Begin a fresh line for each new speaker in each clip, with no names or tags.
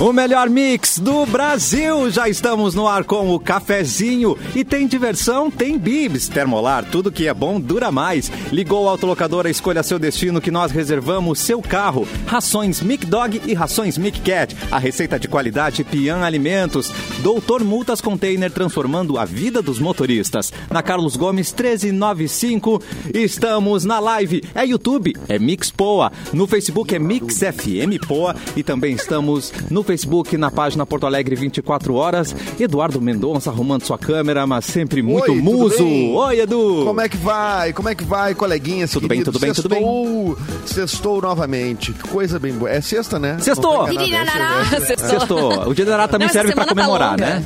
O melhor mix do Brasil. Já estamos no ar com o cafezinho. E tem diversão, tem bibs. Termolar, tudo que é bom dura mais. Ligou o autolocador, escolha seu destino que nós reservamos seu carro. Rações Mic Dog e rações Mic Cat. A receita de qualidade Pian Alimentos. Doutor Multas Container transformando a vida dos motoristas. Na Carlos Gomes 1395. Estamos na live. É YouTube, é Mix Poa. No Facebook é Mix FM Poa e também estamos no Facebook, na página Porto Alegre 24 horas. Eduardo Mendonça arrumando sua câmera, mas sempre muito
Oi, tudo
muso.
bem?
Oi, Edu.
Como é que vai? Como é que vai, coleguinhas?
Tudo bem, tudo bem, tudo bem.
tudo bem. Sextou novamente. Que coisa bem boa. É sexta, né?
Sextou.
Não tô enganado, é sexta.
Sextou. O dia da Nara também
Não, essa
serve pra
semana tá
comemorar,
longa.
né?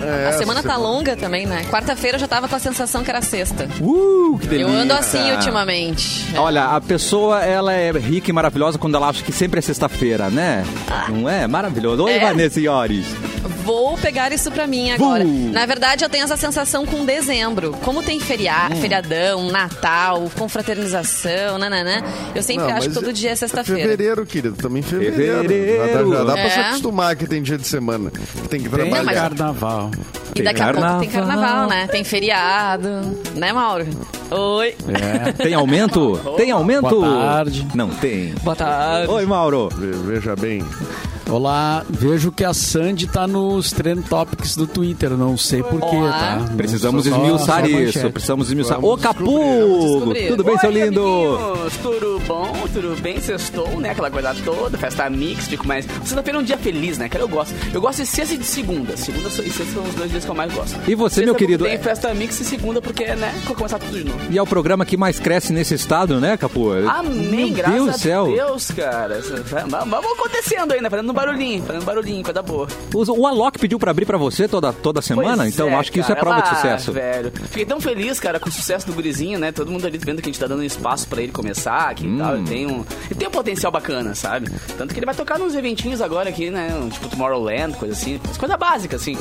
É,
A
essa
semana tá longa também, né? Quarta-feira eu já tava com a sensação que era sexta.
Uh, que delícia.
Eu ando assim ultimamente.
É. Olha, a pessoa, ela é rica e maravilhosa quando ela acha que sempre é sexta-feira, né? Não é? Maravilhoso. Oi,
É.
Vanessa Iores.
Vou pegar isso pra mim agora.
Vou.
Na verdade, eu tenho essa sensação com dezembro. Como tem feriado, feriadão, Natal, confraternização, nananã. Eu sempre
Não,
acho
mas
que todo dia é sexta-feira.
Fevereiro, querido, também fevereiro.
Fevereiro.
Já dá pra se
É.
acostumar que tem dia de semana, que tem que
Tem,
trabalhar.
Não, mas-
Carnaval.
E
Tem
daqui a pouco tem
carnaval.
carnaval, né? Tem feriado. Né, Mauro? Oi.
É.
Tem aumento? Tem aumento?
Boa tarde.
Não tem.
Boa tarde.
Oi, Mauro.
Ve- Veja bem.
Olá, vejo que a Sandy tá nos Trend Topics do Twitter, não sei porquê,
Olá.
tá? Não
Precisamos
sou só-
esmiuçar
só a manchete.
isso. Precisamos esmiuçar. Ô,
Vamos
Capu!
descobrir.
Tudo bem, seu
Oi,
lindo?
amiguinhos, Tudo bom? Tudo bem? Sextou, né? Aquela coisa toda, festa mix, fico mais. Sexta-feira é um dia feliz, né? Cara, eu gosto. Eu gosto de sexta e de segunda. Segunda e sexta são os dois dias que eu mais gosto.
E você, meu
Sexta é
querido? é-
Tem festa mix e segunda, porque, né? Vou começar tudo de novo.
E é o programa que mais cresce nesse estado, né, Capu?
Amém,
Meu
graças
Deus do
a
céu.
Deus, cara. Vamos vamos acontecendo ainda, fazendo um barulhinho, fazendo um barulhinho, coisa boa.
O, o Alok pediu pra abrir pra você toda, toda semana,
Pois
então
é,
acho que isso é
cara.
prova de
Ah,
sucesso.
velho. Fiquei tão feliz, cara, com o sucesso do gurizinho, né? Todo mundo ali vendo que a gente tá dando espaço pra ele começar, que
Hum.
tal, ele tem um... Ele tem um potencial bacana, sabe? Tanto que ele vai tocar nos eventinhos agora aqui, né? um Tipo Tomorrowland, coisa assim. Mas Coisa básica, assim.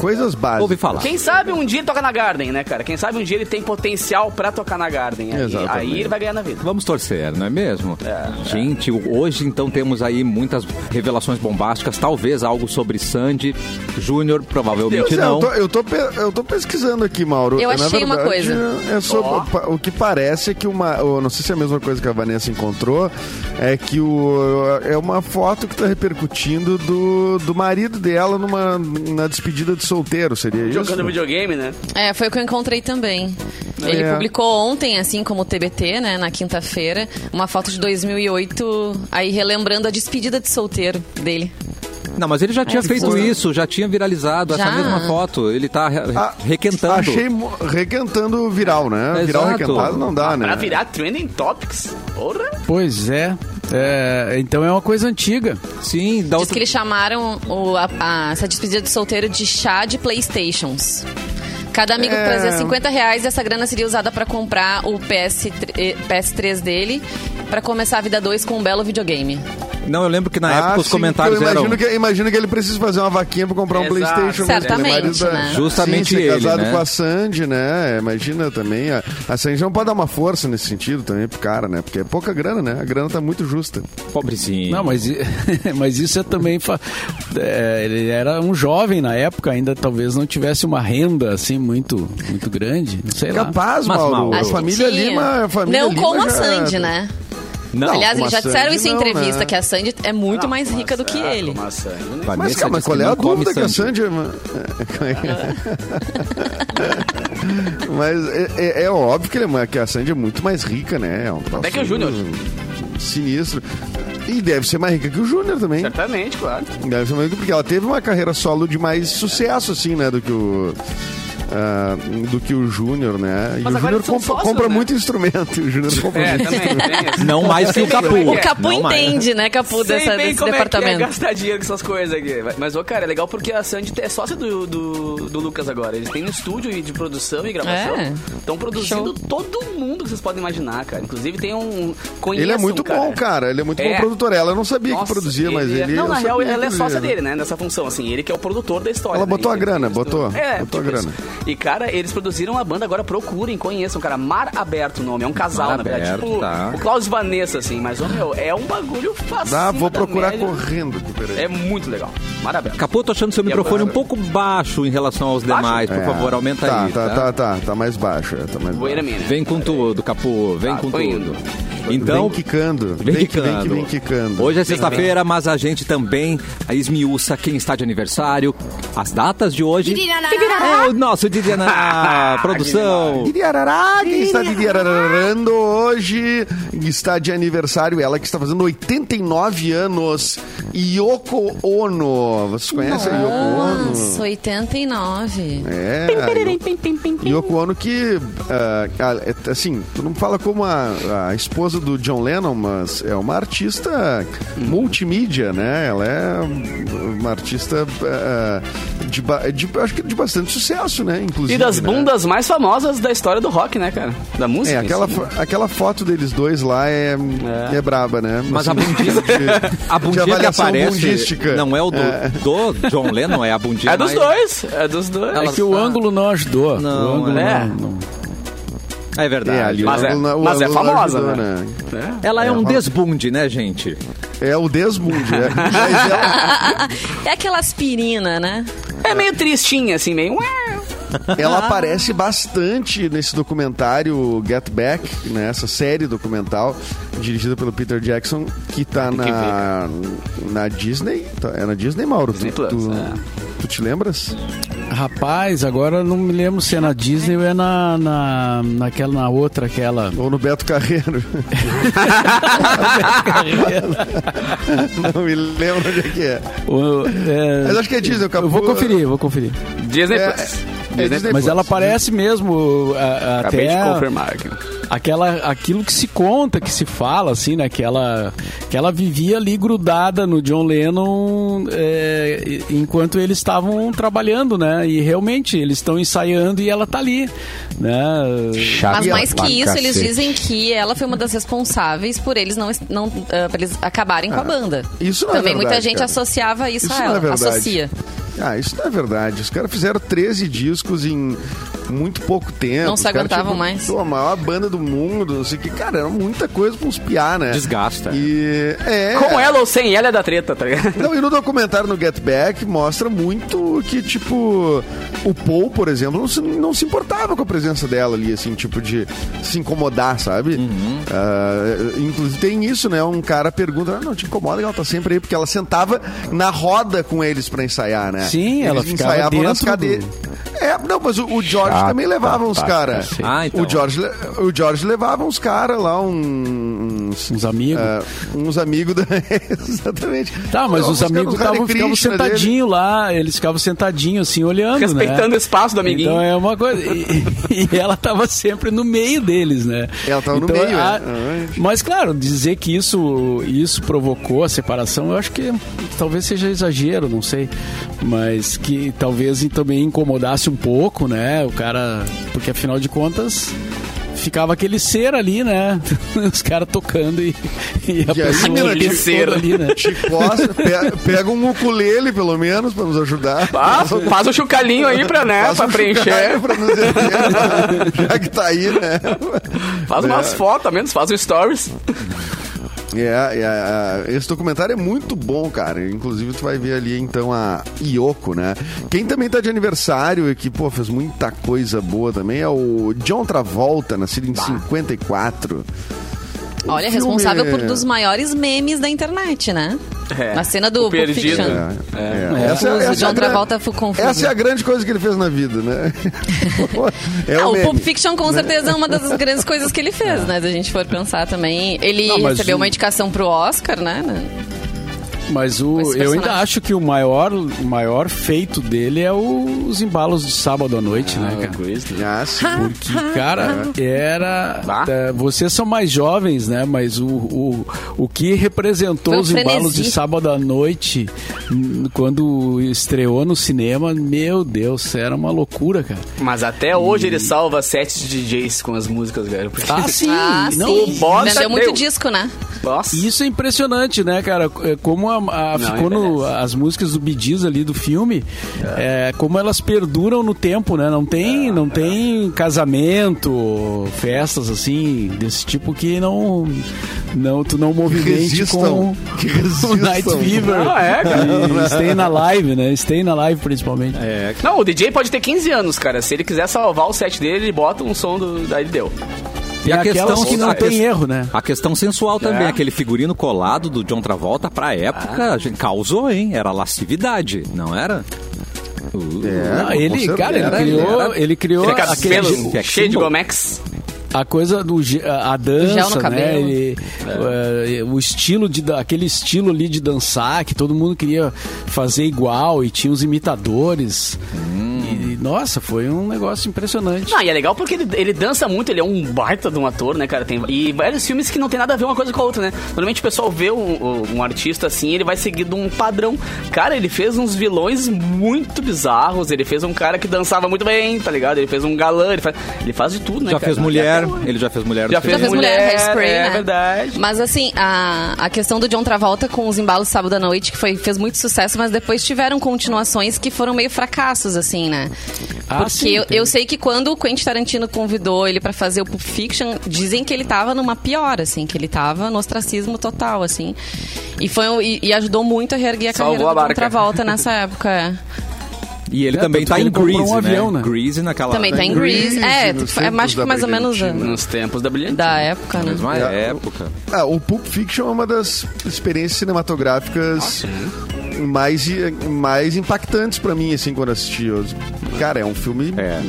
Coisas básicas.
Ouvi falar.
Quem sabe um dia ele toca na Garden, né, cara? Quem sabe um dia ele tem potencial pra tocar na Garden. Aí,
Exatamente.
aí ele vai ganhar na vida.
Vamos torcer, não é mesmo? Gente, hoje então temos aí muitas revelações bombásticas, talvez algo sobre Sandy Júnior, provavelmente
Pois é,
não.
Eu tô, eu, tô, pe- eu tô pesquisando aqui, Mauro.
Eu
Na
achei uma
verdade,
coisa.
É sobre, pa- O que parece é que uma. eu não sei se é a mesma coisa que a Vanessa encontrou. É que o, é uma foto que tá repercutindo do, do marido dela numa, na despedida de solteiro, seria isso?
Jogando videogame, né?
É, foi o que eu encontrei também. Ele
É.
publicou ontem, assim como o TBT, né, na quinta-feira, uma foto de 2008, aí relembrando a despedida de solteiro dele.
Não, mas ele já tinha feito isso, já tinha viralizado essa
Já.
mesma foto. Ele tá re-
Ah,
requentando.
Achei mo- requentando viral, né?
Exato. Ah,
Viral requentado não dá, né?
É.
Pra virar Trending Topics. Porra!
Pois é. É, então é uma coisa antiga.
Sim, da
Diz
outra...
que eles chamaram o- a- a- essa despedida de solteiro de chá de Playstations. Cada amigo
É.
trazia 50 reais e essa grana seria usada pra comprar o PS, PS3 dele pra começar a vida 2 com um belo videogame.
Não, eu lembro que na
Ah,
época os
sim,
comentários
eu imagino
eram.
que, imagino que ele precisa fazer uma vaquinha pra comprar um
Exato.
Playstation. mesmo,
Certamente,
ele é marido da-
né?
Justamente
Sim, ser
ele,
casado
né?
com a Sandy, né? Imagina também. A, a Sandy não pode dar uma força nesse sentido também pro cara, né? Porque é pouca grana, né? A grana tá muito justa.
Pobrezinho.
Não, mas, i- mas isso é também. fa- é, ele era um jovem na época, ainda talvez não tivesse uma renda assim muito, muito grande. Não sei lá.
Capaz,
Mas,
Mauro.
Mauro,
A
Acho que
família
tinha.
Lima. A família
Não
Lima
com a
já- é.
Sandy, né?
Não,
Aliás,
com
eles
a
já disseram
Sandy
isso em
não,
entrevista,
né?
que a Sandy é muito
Não,
mais
com
rica do que
ah,
maçã,
ele.
com maçã, né?
Mas,
Vanessa
cara, mas
disse
qual
que
é a
não come
dúvida que a
Sandy.
Sandy. mas é, é- é óbvio que, ele é, ma- que a Sandy é muito mais rica, né? É um troço
Até que o Júnior.
Sinistro. E deve ser mais rica que o Júnior também.
Certamente, claro.
Deve ser mais rica, porque ela teve uma carreira solo de mais sucesso, assim, né? Do que o. ah, do que o Júnior, né? E
Mas
o
agora
Júnior
eles são
compa-
sócios,
compra
né?
muito instrumento. O Júnior compra
É,
muito
também. tem esse.
Não mais que o Capu.
bem como é
O
que
Capu
Não, mas-
entende, né, Capu,
Sei
dessa,
bem
desse
como É que é
departamento.
gastar dinheiro com essas coisas aqui. Mas, ô, cara, é legal porque a Sandy é sócia do, do, do Lucas agora. Eles têm um estúdio de produção e gravação.
É.
Estão produzindo todo mundo que vocês podem imaginar, cara. Inclusive tem um. Conheçam,
Ele é muito
cara.
bom, cara. Ele é muito bom
É.
produtor. Ela não sabia
Nossa,
que produzia, mas
é-
ele. um
Não,
eu
na
sabia
real,
que
ela é
produzia,
sócia
né?
dele, né? Nessa função, assim. Ele que é o produtor da história.
Ela
né?
botou a
Então,
grana,
tem isso
botou?
tudo. É,
Botou a
tipo
grana.
isso. E, cara, eles produziram a banda, agora procurem, conheçam, cara. Mar Aberto o nome, é um casal,
Mar
na verdade.
Aberto,
tipo
tá.
o Klaus e Vanessa, assim, mas, ô, meu, é um bagulho né? fácil.
Ah, vou procurar correndo aqui, peraí.
É muito legal. Mar Aberto.
Capô, tô achando seu
E
microfone um
agora?
pouco baixo em relação aos
Baixo?
demais. Por
É.
favor, aumenta
tá,
aí.
Tá,
tá?
tá, tá, tá mais baixo. é, Tá mais
Wait a
baixo.
minute.
Vem com tudo, Capô. Vem
Ah,
com
tô
tudo.
indo.
Então,
vem quicando.
Vem quicando.
Vem, quicando.
Hoje é sexta-feira, mas a gente também esmiuça quem está de aniversário, as datas de hoje.
Dirirará.
É o nosso
Ah,
Diriana produção.
Diriarará, quem está diriararando hoje está de aniversário, ela que está fazendo 89 anos, Yoko Ono. Vocês conhecem a Yoko Ono?
Nossa, 89.
É, a Yoko- Yoko Ono que, ah, ah, assim, tu não fala como a, a esposa do John Lennon, mas é uma artista multimídia, né? Ela é uma artista ah, de, ba- de- acho que de bastante sucesso, né? Inclusive,
E das
né?
bundas mais famosas da história do rock, né, cara? Da música.
É, aquela,
assim.
fo- aquela foto deles dois lá é, é. braba, né?
Mas a
Assim,
bundinha,
de-
a
de
bundinha que
avaliação
aparece
bundística.
não é o do, do John Lennon, é a bundinha
É dos
mais-
dois. É dos dois.
É que o ângulo não ajudou.
Ah. Não,
o ângulo
é.
não, não.
É verdade.
É, ali
Mas
o
é-
ângulo- o
mas é
ângulo
famosa,
ajudou,
né? É.
Ela é,
É,
um
rola-
desbunde, né, gente?
É o desbunde. É. Mas ela,
É aquela aspirina, né?
É meio tristinha, assim, meio. ué.
ela aparece bastante nesse documentário Get Back, né? Essa série documental dirigida pelo Peter Jackson, que tá
que
na, na Disney. Tá- É na Disney, Mauro?
Disney
tu,
Plus,
tu-
é.
tu te lembras?
Rapaz, agora eu não me lembro se é na Disney ou é na, na, naquela, na outra, aquela.
Ou no Beto Carreiro? não me lembro onde é que é.
O- é,
Mas acho que é Disney, o Capu-
Eu vou conferir, vou conferir.
Disney
É,
Plus.
é Disney
Mas
Plus.
ela parece mesmo a- a-
Acabei de
até
confirmar aqui.
aquela, aquilo que se conta, que se fala, assim, né? Que ela, que ela vivia ali grudada no John Lennon é, e- enquanto eles estavam trabalhando, né? E realmente, eles estão ensaiando e ela tá ali, né?
Mas mais que isso, eles dizem que ela foi uma das responsáveis por eles não, não ah, pra eles acabarem com a banda.
isso não é
Também muita
verdade,
gente
cara.
associava isso,
Isso
a
não é
ela.
verdade.
associa.
Ah, isso não é verdade. Os caras fizeram 13 discos em muito pouco tempo.
Não se
Os caras
aguentavam
tinham,
mais.
pô, a maior banda do mundo, não sei o que. Cara, era muita coisa pra uns piar, né?
Desgasta.
E é.
Com ela ou sem ela é da treta, tá ligado?
Não, e no documentário no Get Back mostra muito que, tipo, o Paul, por exemplo, não se, não se importava com a presença dela ali, assim, tipo, de se incomodar, sabe?
Uhum.
Ah, inclusive tem isso, né? Um cara pergunta, ah, não te incomoda que ela tá sempre aí, porque ela sentava na roda com eles pra ensaiar, né?
Sim,
eles
ela ficava
ensaiavam nas
dentro do- Ah, tá,
cadeiras. É, não, mas o, o George
Chata
também levava uns
pra
caras.
cacete.
Ah, então.
O George, le- o George levava uns caras lá, um- uns.
Uns amigos.
ah, uns amigos da. Exatamente.
Tá, mas
Não,
os
caras
amigos
do Hare
tavam, ficavam
Krishna dele.
sentadinhos lá, eles ficavam sentadinhos assim,
é.
olhando,
Respeitando o
né?
espaço do amiguinho.
Então é uma coisa. E, e ela tava sempre no meio deles, né?
Ela tava no
Então,
meio,
a-
é. Ah, é.
Mas claro, dizer que isso, isso provocou a separação, eu acho que talvez seja exagero, não sei. Mas que talvez também incomodasse um pouco, né? O cara. Porque afinal de contas. Ficava aquele ser ali, né? Os caras tocando e, e a
E aí,
pessoa
menina,
o
aquele
tempo
ser.
todo ali, né?
Te costa, pe- pega, um ukulele, pelo menos, pra nos ajudar.
Ah, faz o chocalhinho aí pra, né,
Faz
pra
um
preencher.
chocalho pra nos ajudar, já que tá aí, né?
Faz umas fotos, ao menos, faz um stories.
É, é, é, esse documentário é muito bom, cara. Inclusive, tu vai ver ali, então, a Yoko, né? Quem também tá de aniversário e que, pô, fez muita coisa boa também é o John Travolta, nascido em 54.
Olha, é
filme
responsável
é-
por um dos maiores memes da internet, né?
É,
Na cena do
o
Pulp
perdido.
Fiction.
É,
É.
Essa,
Confuso,
essa
John
é a gran-
Travolta ficou confuso.
Essa é a grande coisa que ele fez na vida, né? é
Ah, o
meme.
Pulp Fiction com certeza é uma das grandes coisas que ele fez, né? Se a gente for pensar também. Ele
Não, mas
recebeu
o-
uma indicação pro Oscar, né?
Mas
Esse
o, eu
personagem.
ainda acho que o maior, o maior feito dele é o- os embalos de sábado à noite,
É
né, cara?
Ah, sim.
Porque, cara, era.
Bah.
tá, vocês são mais jovens, né? Mas o, o, o que representou
Foi um
os embalos
frenesi.
de sábado à noite hum, quando estreou no cinema, meu Deus, era uma loucura, cara.
Mas até hoje ele salva sets de DJs com as músicas, velho. Porque...
Ah, sim!
Ah,
não,
sim.
o Bossa
Vendeu muito
deu.
disco, né?
Nossa.
Isso é impressionante, né, cara? É Como a, a, a-
Não
ficou no,
envelhece.
as músicas do Bidiz ali do filme, é, como elas perduram no tempo, né? Não
É,
tem, não tem casamento, festas assim desse tipo que não, não tu não movimente
resistam.
com,
Que
com
resistam.
o Night Fever.
Não, é,
E Stay na live, né? Stay na live principalmente.
É, cara.
Não, o DJ pode ter 15 anos, cara. Se ele quiser salvar o set dele, ele bota um som do. Daí ele deu.
E
Tem
a
aquelas
questão
que não
a
tem
ques-
erro, né?
A questão sensual também,
É.
aquele figurino colado do John Travolta pra
Ah.
época, a gente causou, hein? Era lascividade, não era? Uh,
É,
Não,
com
Ah, ele, cara, ele
certeza.
criou,
era-
ele criou
Fica
aquele-
pelo-
aquele
cheio de
símbolo.
Gomex.
a coisa do ge- a a
Gel no
dança, né?
cabelo. É.
E, eh, o estilo de da- aquele estilo ali de dançar que todo mundo queria fazer igual e tinha os imitadores. E, e, nossa, foi um negócio impressionante.
Não, e é legal porque ele, ele dança muito, ele é um baita de um ator, né, cara? Tem, e vários filmes que não tem nada a ver uma coisa com a outra, né? Normalmente o pessoal vê um, um artista assim, ele vai seguir de um padrão. Cara, ele fez uns vilões muito bizarros, ele fez um cara que dançava muito bem, tá ligado? Ele fez um galã, ele faz, ele faz de tudo, né,
já
cara?
fez mulher,
Até hoje.
ele já fez mulher.
Já
no
fez
Já
filme.
fez mulher,
Mulher,
hairspray,
é
né?
verdade.
Mas assim, a, a questão do John Travolta com os embalos sábado à noite, que foi, fez muito sucesso, mas depois tiveram continuações que foram meio fracassos, assim, né?
Ah,
Porque
sim,
eu,
teve.
eu sei que quando o Quentin Tarantino convidou ele pra fazer o Pulp Fiction, dizem que ele tava numa pior, assim, que ele tava no ostracismo total, assim. E, foi, um- e, e ajudou muito a reerguer a
Salvou
carreira
a
do John
barca.
Travolta nessa época. é.
E ele
É,
também
tanto
tá
que
em
ele comprou um
Grease, né?
avião, né?
Grease naquela...
Também tá em Grease.
Grease,
É,
nos
foi-
tempos
acho que
da
mais ou menos
brilhantina.
uh,
Nos tempos da brilhante.
da época, né?
Mesma
É.
época.
Ah, o Pulp Fiction é uma das experiências cinematográficas mais, mais impactantes pra mim, assim, quando assisti. Eu- Cara, é um filme
É.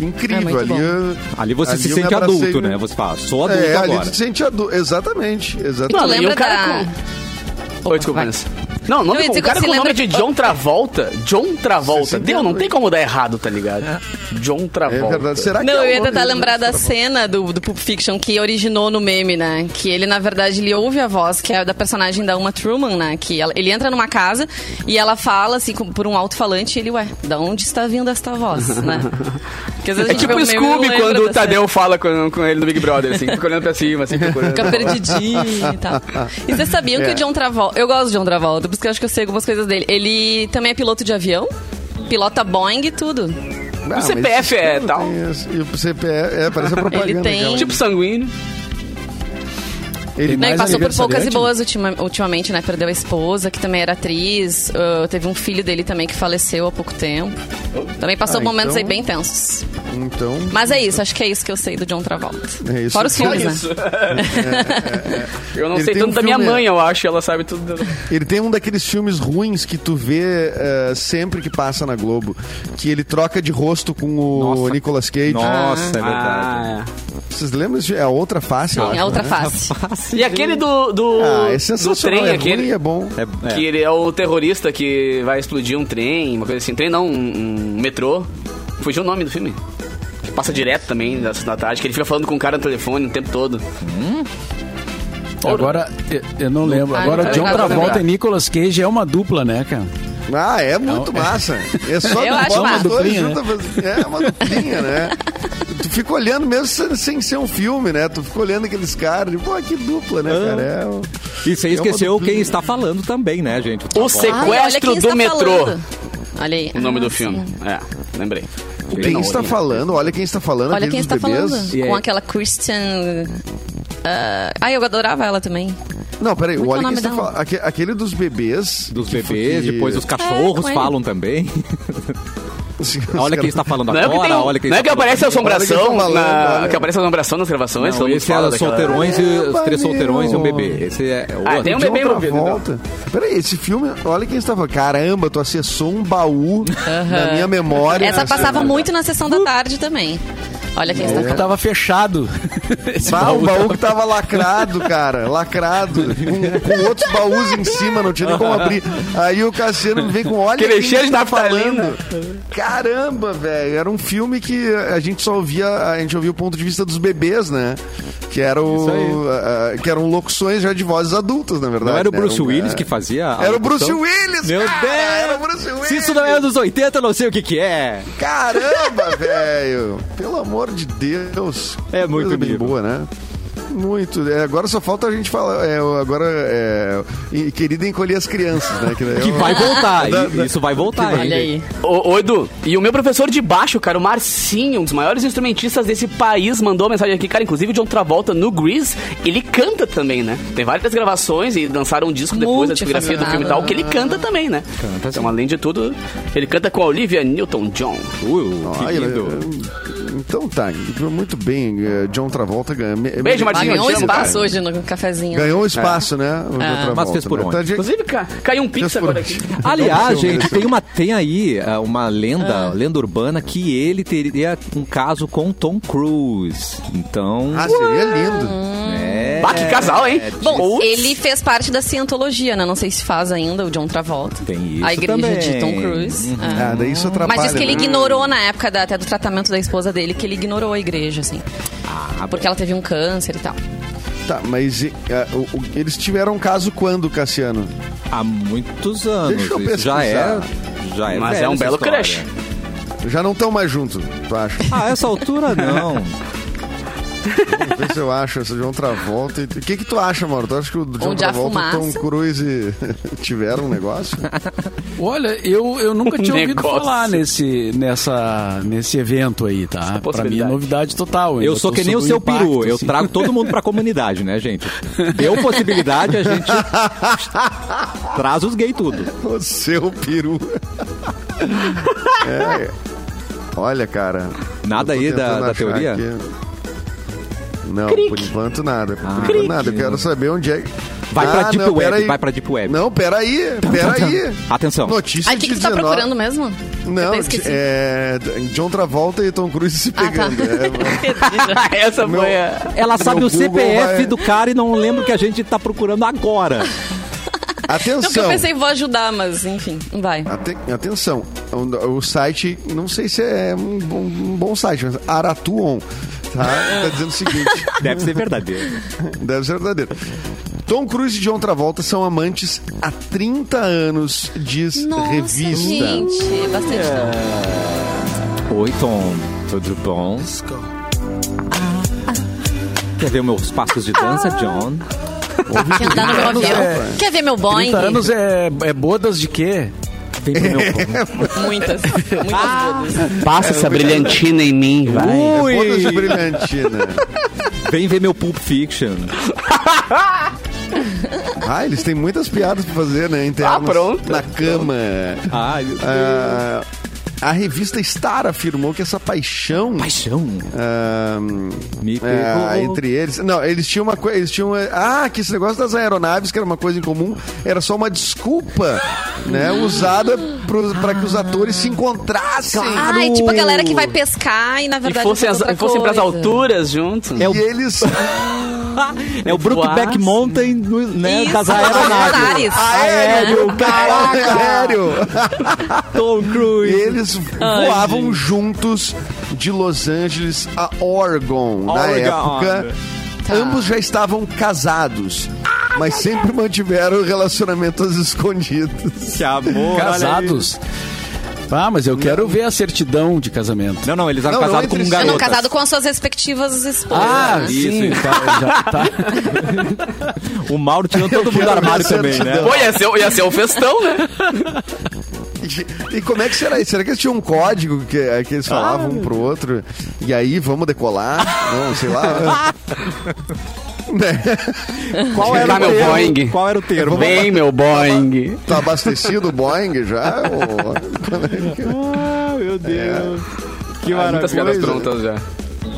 É
incrível.
muito
ali,
bom.
eu-
Ali você se
eu
sente
me abracei
adulto,
no-
né? Você fala, sou adulto
É, ali
agora.
tu se sente adulto. Exatamente,
Tu
exatamente.
Não, e
lembra
o cara
da...
com- Oi, desculpa,
vai.
Vanessa. Não, o nome
Não, eu
do-
ia dizer
o
que
cara
você
com o nome
lembra-
de John Travolta. John Travolta.
62.
Deu, não tem como dar errado, tá ligado? John Travolta.
É verdade. Será
Tá
Não,
que é
eu
o
ia
nome
tentar
dele?
lembrar da cena do, do Pulp Fiction que originou no meme, né? Que ele, na verdade, ele ouve a voz, que é da personagem da Uma Truman, né? Que ela- ele entra numa casa e ela fala, assim, com- por um alto-falante, e ele, ué, da onde está vindo esta voz, né? Porque às vezes a
É
gente
tipo
vê
o
o meme e não
Scooby
lembra
quando o
da
Tadeu fala com, com ele no Big Brother, assim, fica olhando pra cima, assim,
cena.
procurando.
Fica perdidinho e tal. E vocês sabiam
É.
que o John Travolta... Eu gosto de John Travolta, por isso que eu acho que eu sei algumas coisas dele. Ele também é piloto de avião, pilota Boeing e tudo.
Ah, mas
CPF é
isso-
tal?
isso- E o CPF é, parece a propaganda.
Ele tem- um
aquela.
Tipo sanguíneo.
ele
Não, e
mais
passou por poucas e
aniversariante,
né?
boas ultima- ultimamente, né? Perdeu a esposa, que também era atriz. ah, teve um filho dele também que faleceu há pouco tempo. Também passou
Ah,
momentos
então-
aí bem tensos.
Então,
Mas é isso, acho que é isso que eu sei do John Travolta.
É isso.
Fora os
Fora
filmes, né?
Isso. Eu não
Ele
sei
tem
tanto
um
da minha
filme-
mãe, eu acho, ela sabe tudo.
ele tem um daqueles filmes ruins que tu vê eh, sempre que passa na Globo, que ele troca de rosto com o
Nossa.
Nicolas Cage.
Nossa, é verdade.
Ah,
Vocês lembram? desse- É a outra face, eu
Sim,
acho,
a É outra
né?
face.
é. E aquele do. do
Ah, é
do
sensacional.
trem,
é
aquele.
ruim e é bom.
É- é.
Que ele é o terrorista que vai explodir um trem, uma coisa assim. Trem não, um, um metrô. Fugiu o nome do filme. Que Passa direto também da da tarde, que ele fica falando com o cara no telefone o tempo todo.
Agora eu, eu não lembro.
Ah,
Agora
não
John
lembro.
Travolta e Nicolas Cage é uma dupla, né, cara?
Ah, é muito massa. É só
Eu
tu
acho
bota os
massa.
dois
Duplinha, né?
juntos pra- É uma duplinha, né? Tu fica olhando mesmo sem, sem ser um filme, né? Tu fica olhando aqueles caras, tipo, pô, que dupla, né, cara? É, o-
E você
É uma
esqueceu
duplinha.
quem está falando também, né, gente?
O
Ai,
sequestro
olha quem está
do metrô.
falando. Olha aí.
O nome
Ah,
do
sim.
filme. É, lembrei. O
tá
Quem está falando? Olha quem está falando.
Olha
aquele
quem
dos
está
bebês.
falando.
E aí?
Com aquela Christian. ah, ai, eu adorava ela também.
Não, peraí.
Como é que é o
Olha quem
nome
está
dela?
falando. Aque- Aquele dos bebês.
Dos
que-
bebês,
que-
depois os
É,
cachorros
com ele.
falam também. Olha quem tá está falando
Não é que,
agora,
tem,
olha quem
não é
está
que aparece a
falando.
Olha
assombração,
quem tá falando,
na-
olha.
que aparece a assombração nas gravações.
Não,
todo mundo
esse é
fala
os
daquela-
solteirões e os três
meu.
solteirões e um bebê. Esse é o
Ah,
outro.
tem um
De
bebê
outra
né?
envolvido,
volta. Peraí, esse filme, olha quem está falando. Caramba, tu acessou um baú da minha memória.
Essa
Assim,
passava
né?
muito na sessão da tarde também. Olha quem está falando.
É. Tava fechado. Esse
Bah, o
baú
baú que tava lacrado, cara. Lacrado. Com, com outros baús em cima, não tinha nem como abrir. Aí o Cassiano vem com olha
Aquele
quem
cheiro de
tá
naftalina.
Caramba, velho. Era um filme que a gente só ouvia, a gente ouvia o ponto de vista dos bebês, né? Que
Isso aí.
eram, ah, ah, que eram locuções já de vozes adultas, na verdade.
Não era o
né?
Bruce
um,
Willis
ah,
que fazia a
Era o Bruce
locução?
Willis,
Meu
cara,
Deus!
Era o Bruce Willis!
Se isso não é dos 80, eu não sei o que que é.
Caramba, velho! Pelo amor de Deus!
É muito
Coisa bem
nível.
boa, né? Muito. É, agora só falta a gente falar. é, agora, é, e- querida encolher as crianças, né? Que, daí
Que
eu-
vai voltar, i- isso vai voltar.
Olha aí.
Ô, ô, Edu, e o meu professor de baixo, cara, o Marcinho, um dos maiores instrumentistas desse país, mandou uma mensagem aqui, cara, inclusive de outra volta no Grease, ele canta também, né? Tem várias gravações e lançaram um disco depois da discografia do filme e tal, que ele canta também, né? Então, além de tudo, ele canta com a Olivia Newton-John.
Uh,
Ah,
que
ele-
lindo.
Então tá, muito bem. eh, John Travolta ganha. me-
Beijo,
Ah,
Martinho,
Ganhou um
eu te amo,
espaço
cara. Ah.
hoje no cafezinho.
Ganhou um espaço, né? O John Travolta,
Mas fez por
né?
onde?
Tá de-
Inclusive, ca- caiu um pix
Fez por
agora
onde?
aqui.
Aliás,
Não sei,
gente,
mas-
tem, uma, tem aí ah, uma lenda, lenda urbana, que ele teria um caso com Tom Cruise. Então.
Ah, seria lindo.
é.
Bah, que casal, hein?
Bom,
Ou-
ele fez parte da cientologia, né? Não sei se faz ainda, o John Travolta.
Tem isso
A igreja
também.
de Tom Cruise.
Uhum.
é.
Ah, daí isso atrapalha.
Mas diz que ele
né?
ignorou na época da- até do tratamento da esposa dele, que ele ignorou a igreja, assim. Porque ela teve um câncer e tal.
Tá, mas e, ah, o- o- eles tiveram um caso quando, Cassiano?
Há muitos anos.
Deixa eu
isso já é. Já é
Mas
velha
é um
essa
belo
história.
crush.
Já não estão mais juntos, tu acha?
Ah, essa altura não.
Vamos ver se eu acho essa John Travolta. e- O que que tu acha, Mauro? Tu acha que o John
Onde há
Travolta e Tom
fumaça.
Cruise tiveram um negócio?
Olha, eu, eu nunca tinha ouvido
Negócio.
falar nesse, nessa, nesse evento aí, tá? Pra mim é
possibilidade.
novidade total.
Eu
ainda
sou
tô
que nem o
um
sob
seu
impacto,
peru. Eu
assim.
trago todo mundo pra comunidade, né, gente? Deu possibilidade, a gente traz os gays tudo.
o seu peru. É. Olha, cara.
Nada
eu tô
aí da-
tentando
da
achar
teoria?
Não, por enquanto nada. Por enquanto nada. Eu quero saber onde é. que-
Ah, Vai pra Deep Web,
peraí.
vai pra Deep Web.
Não, peraí, peraí.
Atenção.
Notícia
Aí o que, que
de
tu tá
19.
procurando mesmo? Eu
Não,
até esqueci.
é, John Travolta e Tom Cruise se
Ah, tá.
pegando. É,
Essa
meu-
foi a...
Ela sabe
Meu
o CPF
Google vai-
do cara e não lembra o que a gente tá procurando agora.
Não, porque Então, eu
Atenção.
pensei, vou ajudar, mas enfim, vai.
Aten- atenção, o, o site, não sei se é um, bom- um bom site, mas Aratuon, tá? tá dizendo o seguinte,
Deve ser verdadeiro.
deve ser verdadeiro. Tom Cruise e John Travolta são amantes há 30 anos, diz
Nossa,
revista.
gente, é bastante tempo.
Oi, Tom. Tudo bom? Quer ver meus passos de dança, John?
Quer andar no meu avião? Quer ver meu Boeing?
30 anos é, é bodas de quê?
Vem pro meu ponto.
Muitas, muitas bodas.
Passa essa Uh, brilhantina em mim, vai.
É
Ui.
bodas de brilhantina.
Vem ver meu Pulp Fiction.
Ah, eles têm muitas piadas pra fazer, né? Internas,
Ah, pronto.
Na cama.
Ai, meu Deus.
Ah, a revista Star afirmou que essa paixão...
Paixão.
Ah,
Me
é,
pegou.
entre eles. Não, eles tinham uma coisa. Eles tinham. eh, Ah, que esse negócio das aeronaves, que era uma coisa em comum, era só uma desculpa, né? Usada pro- pra que os atores se encontrassem.
Ai, tipo a galera
Uh.
que vai pescar e na
E
verdade.
fossem,
faz
as,
outra
fossem pras
coisa.
alturas juntos.
É o,
E eles.
é o Brookback
Voasse.
Mountain no- né, Ah,
Isso,
das
Aeronaves.
aeronaves. Aéreo,
Ah,
caraca.
é, Sério!
Tom
E
Cruise.
eles voavam juntos de Los Angeles a Oregon, na
Oregon.
época.
Tá.
Ambos já estavam casados, mas sempre mantiveram relacionamentos escondidos.
Que amor.
Casados. Ah, mas eu quero ver a certidão de casamento.
Não, não, eles eram
Não, não
casados
entre
como um
si.
Ah,
garoto.
Não, casado com as suas respectivas esposas.
Ah,
né?
isso,
sim,
isso.
tá, já tá.
O Mauro tirou
Eu
todo mundo do
quero
armário
ver
também, né?
certidão.
Pô, ia ser, ia ser um festão, né?
E, e como é que será isso? Será que eles tinham um código que, eh, que eles falavam um pro outro? E aí, vamos decolar? Não, sei lá. Né?
Qual era,
Cá,
o
meu
termo?
Boeing.
Qual era o termo?
Vem, meu Boeing.
Tá abastecido o Boeing já? Ou-
Ah, meu Deus. Que
Ah, muitas piadas
maravilha.
prontas já.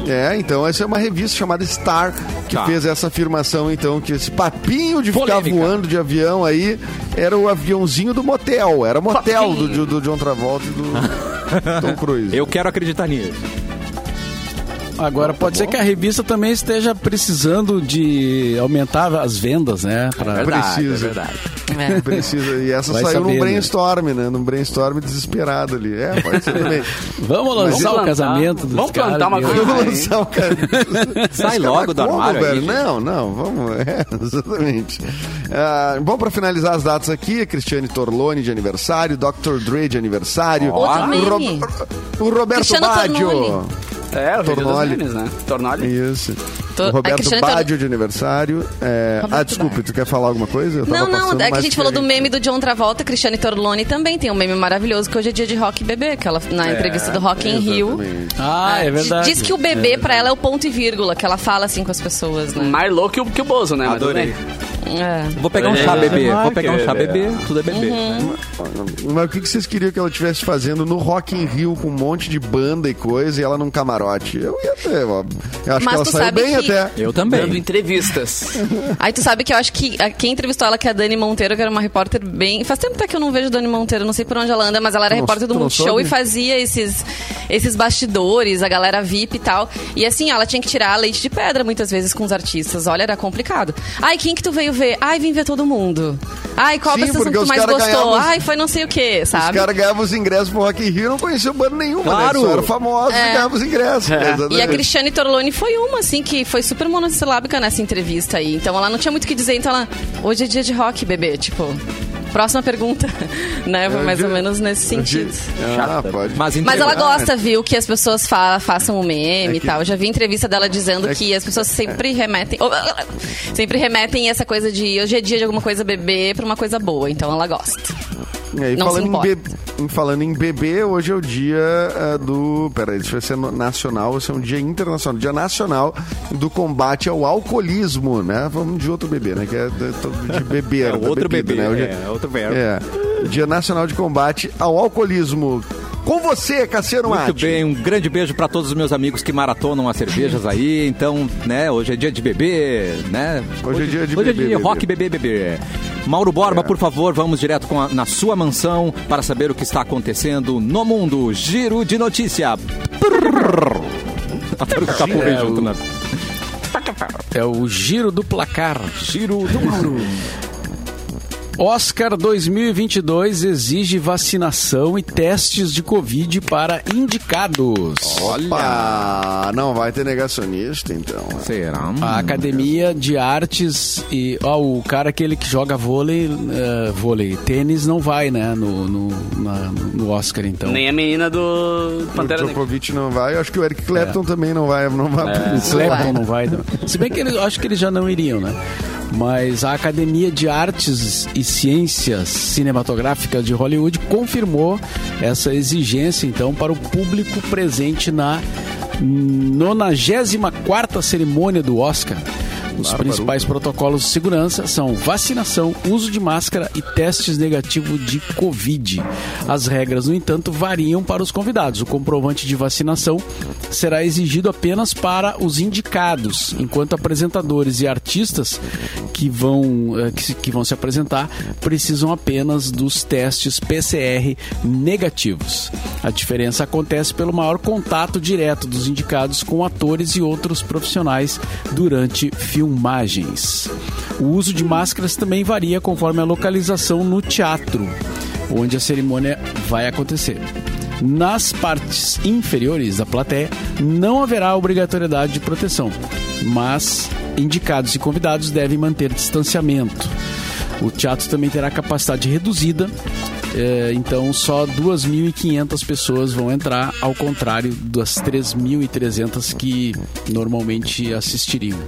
É, então essa é uma revista chamada Star que
Tá.
fez essa afirmação, então, que esse papinho de ficar
Polêmica.
voando de avião aí era o aviãozinho do motel. Era motel do, do, do John Travolta e do Tom Cruise.
Eu quero acreditar nisso.
Agora, pode ser que a revista também esteja precisando de aumentar as vendas, né? Pra...
Precisa.
É.
Precisa. E essa
Vai
saiu
saber,
num
né?
brainstorm, né? Num brainstorm desesperado ali. É, pode ser também.
Vamos lançar
plantar.
o casamento dos
Vamos
caras,
plantar uma
meu.
coisa.
Vamos
Ai.
lançar o cara. tá
Sai logo do
Como,
armário aí,
velho?
gente.
Não, não, vamos. É, exatamente. Ah, bom, pra finalizar as datas aqui, Cristiane Torlone de aniversário, Dr. Dre de aniversário.
Outro
o,
meme.
o Roberto
Cristiano
Baggio.
Tornolli.
É, o vídeo dos
Tornolli.
memes, né? Tornolli.
Isso.
Tô-
O
a
Roberto
Cristiane Antoni-
Baggio de aniversário. é-
Roberto
Ah, desculpe,
Baggio.
tu quer falar alguma coisa? Eu tava
Não, não,
passando
é que a
mais
gente falou do
diferente.
meme do John Travolta, Cristiane Torlone também tem um meme maravilhoso que hoje é dia de rock e bebê, que ela na entrevista do Rock in Rio.
Exatamente.
Ah, é
d-
verdade.
Diz que o bebê pra ela é o ponto e vírgula, que ela fala assim com as pessoas, né?
Mais louco que o, que o Bozo, né? Mas tudo
Adorei.
bem.
É.
Vou pegar um chá bebê, vou pegar um chá bebê, tudo é bebê.
Uhum.
Mas o que que vocês queriam que ela estivesse fazendo no Rock in Rio com um monte de banda e coisa e ela num camarote? Eu ia ter, ó. Eu acho
Mas
que ela
tu
saiu
sabe
bem
que-
até.
Eu
Dando
também.
entrevistas.
Aí tu sabe que eu acho que a- quem entrevistou ela, que é a Dani Monteiro, que era uma repórter bem. Faz tempo até que eu não vejo Dani Monteiro, não sei por onde ela anda, mas ela era
Não-
repórter do
tu não
Multishow
soube?
e fazia esses, esses bastidores, a galera VIP e tal. E assim, ela tinha que tirar leite de pedra muitas vezes com os artistas. Olha, era complicado. Ai, quem que tu veio ver? Ai, vim ver todo mundo. Ai, qual
Sim,
a sessão que
porque
tu
os
mais
cara
gostou?
ganhavam os-
Ai, foi não sei o quê,
Os
sabe?
caras ganhavam os ingressos pro Rock in Rio e não conheciam banda nenhuma,
Claro.
né? Só eram famosos e ganhavam os ingressos.
É. E a
Exatamente.
Cristiane Torloni foi uma, assim, que foi super monossilábica nessa entrevista aí. Então ela não tinha muito o que dizer. Então ela, hoje é dia de rock, bebê. Tipo, próxima pergunta.
É,
né? Foi mais ou menos nesse sentido.
Ah, pode.
Mas,
Mas ela
entregar-
gosta, viu, que as pessoas fa- façam o meme
É
e
que-
tal. Eu já vi entrevista dela dizendo
É
que,
que-
as pessoas sempre remetem. sempre remetem essa coisa de hoje é dia de alguma coisa bebê pra uma coisa boa. Então ela gosta.
E aí,
Não se
falando, em
importa.
bebê, em- falando em bebê, hoje é o dia ah, do. Peraí, isso vai ser no- nacional, esse é um dia internacional, dia nacional do combate ao alcoolismo, né? Vamos de outro bebê, né? Que é de, de beber.
É
da
outro
bebida,
bebê,
né? Hoje
é, outro verbo.
É, dia nacional de combate ao alcoolismo. Com você, Cassiano
Muito
Mate.
bem, um grande beijo pra todos os meus amigos que maratonam as cervejas aí. Então, né, hoje é dia de beber, né?
Hoje é dia de
hoje
beber,
é dia
beber. É.
rock, beber, beber. Mauro Borba, por favor, vamos direto com a- na sua mansão para saber o que está acontecendo no mundo. Giro de notícia. Prrr. Adoro que tá
É,
junto,
o-
né?
É o giro do placar.
Giro do Mauro.
Oscar 2022 exige vacinação e testes de Covid para indicados.
Opa! Não vai ter negacionista, então.
Será?
A Academia de Artes e ó, o cara aquele que joga vôlei, eh, vôlei, tênis não vai, né, no, no, na- no Oscar então.
Nem é. a menina do Pantera
o
Negra.
Djokovic não vai, eu acho que o Eric Clapton
É.
também não vai, não vai.
O Clapton não vai. Não. Se bem que eles, eu acho que eles já não iriam, né? Mas a Academia de Artes e Ciências Cinematográficas de Hollywood confirmou essa exigência, então, para o público presente na 94ª cerimônia do Oscar. Os principais protocolos de segurança são vacinação, uso de máscara e testes negativos de Covid. As regras, no entanto, variam para os convidados. O comprovante de vacinação será exigido apenas para os indicados, enquanto apresentadores e artistas que vão, eh, que, se- que vão se apresentar precisam apenas dos testes PCR negativos. A diferença acontece pelo maior contato direto dos indicados com atores e outros profissionais durante filmagens. O uso de máscaras também varia conforme a localização no teatro, onde a cerimônia vai acontecer. Nas partes inferiores da plateia não haverá obrigatoriedade de proteção, mas indicados e convidados devem manter distanciamento. O teatro também terá capacidade reduzida, eh, então só 2.500 pessoas vão entrar, ao contrário das 3.300 que normalmente assistiriam.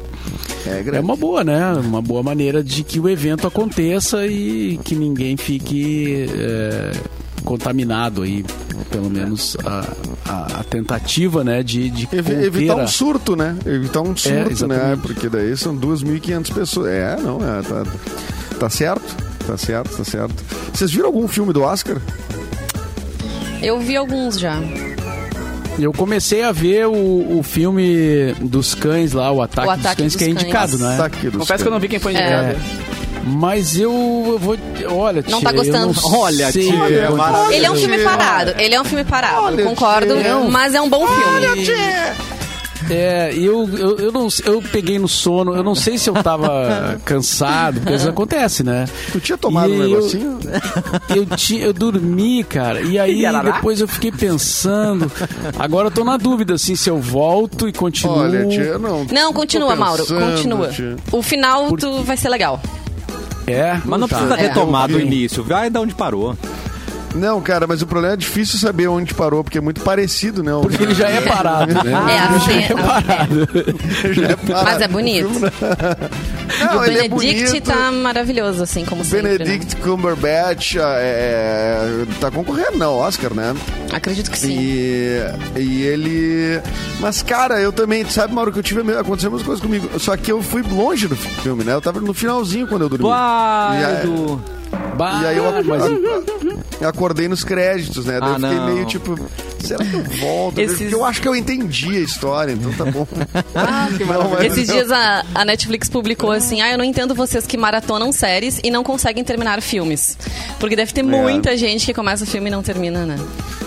É, grande.
É uma boa, né? Uma boa maneira de que o evento aconteça e que ninguém fique eh, contaminado aí, pelo menos a, a- a tentativa, né, de, de
Evi-
conter
evitar
a-
um surto, né? Evitar um surto, né?
É, exatamente.
Porque daí são 2.500 pessoas. É, não, é, tá, tá certo. Tá certo, tá certo. Vocês viram algum filme do Oscar?
Eu vi alguns já.
Eu comecei a ver o, o filme dos cães lá, o Ataque,
O Ataque
dos Cães,
dos
que é
Cães.
indicado,
Tá
né? É.
aqui dos
Confesso que eu
caras.
não vi quem
É.
foi indicado.
Mas eu, eu vou. Olha,
Não
tia,
tá gostando.
eu não
Olha,
sei
tia,
o que
é
aconteceu.
maravilhoso.
Ele é um
Olha,
filme
tia.
parado. Ele é um filme parado,
Olha,
concordo.
tia.
Mas é um bom filme.
É, e eu, eu, eu, não, eu peguei no sono, eu não sei se eu tava cansado, porque isso acontece, né?
Tu tinha tomado
E
um
eu-
negocinho?
Eu, ti- eu dormi, cara, e aí
E ela lá?
depois eu fiquei pensando. Agora eu tô na dúvida, assim, se eu volto e continuo.
Olha, tia, não.
Não,
tô
continua, Mauro.
pensando,
Continua.
tia.
O final tu vai ser legal.
É,
Mas não
tá.
precisa
É.
retomar do
É.
início, vai da onde parou.
Não, cara, mas o problema é difícil saber onde parou, porque é muito parecido, né? O-
Porque ele já é parado, né?
Ah,
É, a
ele já é
cena-
parado.
já é parado.
Mas é bonito.
Não,
o
ele
Benedict
é bonito.
tá maravilhoso, assim, como sempre. né?
Benedict Cumberbatch é, é, tá concorrendo não, Oscar, né?
Acredito que sim.
E, e ele. Mas, cara, eu também. tu Sabe, Mauro, que eu tive. a mesma- Aconteceu a mesma coisa comigo. Só que eu fui longe do filme, né? Eu tava no finalzinho quando eu dormi.
Vai,
E aí-
Edu.
Bah,
E aí eu ac-
mas
a- acordei nos créditos, né?
Ah,
Daí eu fiquei
não.
meio tipo, será que eu volto?
Esses-
Porque eu acho que eu entendi a história, então tá bom. ah, que
Esses dias a, a Netflix publicou assim: Ah, eu não entendo vocês que maratonam séries e não conseguem terminar filmes. Porque deve ter muita gente que começa o filme e não termina, né?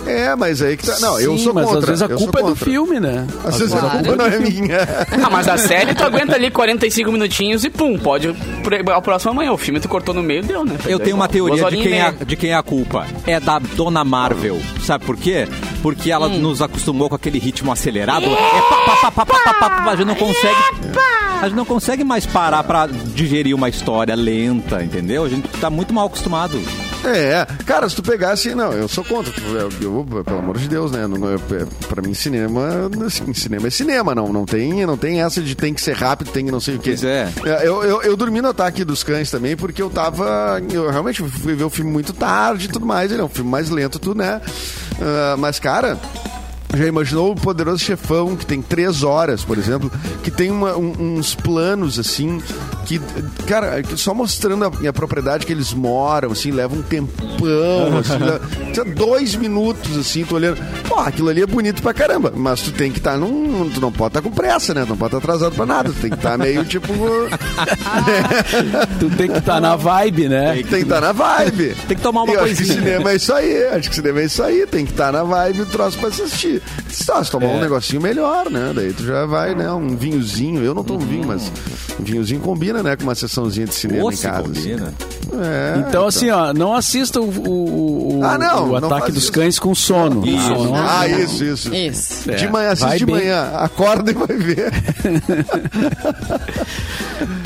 É, mas aí que tá. Não, eu
sim,
sou
mas
contra.
às vezes a
eu sou
culpa é do
contra.
filme, né?
Às vezes a
Claro.
culpa não é minha.
Ah, mas a série tu aguenta ali 45 minutinhos e pum, pode pro- ao próximo amanhã. O filme tu cortou no meio deu, né?
Eu tenho uma
Duas
teoria de
horinhas e
quem, é,
meia.
de quem é a culpa. É da Dona Marvel. Sabe por quê? Porque ela
Hum.
nos acostumou com aquele ritmo acelerado. É pá, pá, pá, pá, pá, pá, pá, pá. A gente não consegue. A gente não consegue mais parar pra digerir uma história lenta, entendeu? A gente tá muito mal acostumado.
É, cara, se tu pegasse. Não, eu sou contra. Tu- eu- eu- pelo amor de Deus, né? Não- eu- Pra mim, cinema. assim, cinema é cinema, não. Não tem, não tem essa de tem que ser rápido, tem que não sei o quê.
Pois é.
Eu, eu, eu dormi no ataque dos cães também, porque eu tava. Eu realmente fui ver o filme muito tarde e tudo mais. Ele é um filme mais lento, tu, né? Ah, mas, cara. Já imaginou o poderoso chefão que tem três horas, por exemplo, que tem uma- um- uns planos assim que, cara, que só mostrando a, a propriedade que eles moram, assim, leva um tempão, assim, leva- tinha dois minutos assim, tu olhando, pô, aquilo ali é bonito pra caramba, mas tu tem que estar num, tu não pode estar com pressa, né? Tu Não pode estar atrasado pra nada, tu tem que estar meio tipo,
Tu tem que estar na vibe, né?
tem que estar na vibe.
Tem que tomar uma
Eu acho que
coisinha.
cinema é isso aí, acho que cinema é isso aí, tem que estar na vibe do troço pra assistir. Se tá, se tomar
É.
um negocinho melhor, né? Daí tu já vai, né? Um vinhozinho, eu não tomo vinho, mas um vinhozinho combina, né? Com uma sessãozinha de cinema
Ou
em
se
casa.
combina.
assim. É,
Então, assim, ó, não assista o, o, o-
Ah, não,
o
não
Ataque
faz
dos
isso.
Cães com sono.
Isso.
Não, não-
Ah, isso, isso.
Isso.
É,
De manhã,
vai
assiste de
bem.
manhã, acorda e vai ver.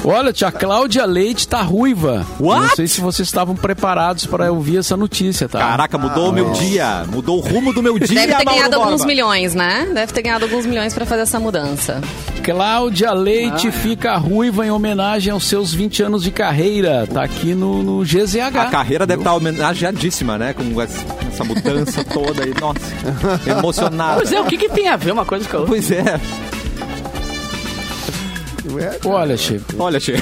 Olha, tia Cláudia Leite tá ruiva.
What?
Não sei se vocês estavam preparados para ouvir essa notícia, tá?
Caraca, mudou o meu dia. Mudou o rumo do meu dia.
Deve ter
Mauro
ganhado alguns
Borba.
milhões, né? Deve ter ganhado alguns milhões pra fazer essa mudança.
Cláudia
Ah, é.
Leite fica ruiva em homenagem aos seus 20 anos de carreira. Tá aqui no, no GZH.
né?
A carreira deve estar homenageadíssima, né? Com essa essa mudança toda aí. Nossa, emocionado.
Pois é, o que, que tem a ver uma coisa com a outra?
Pois é.
Ué,
Olha, Chico.
Olha, Che.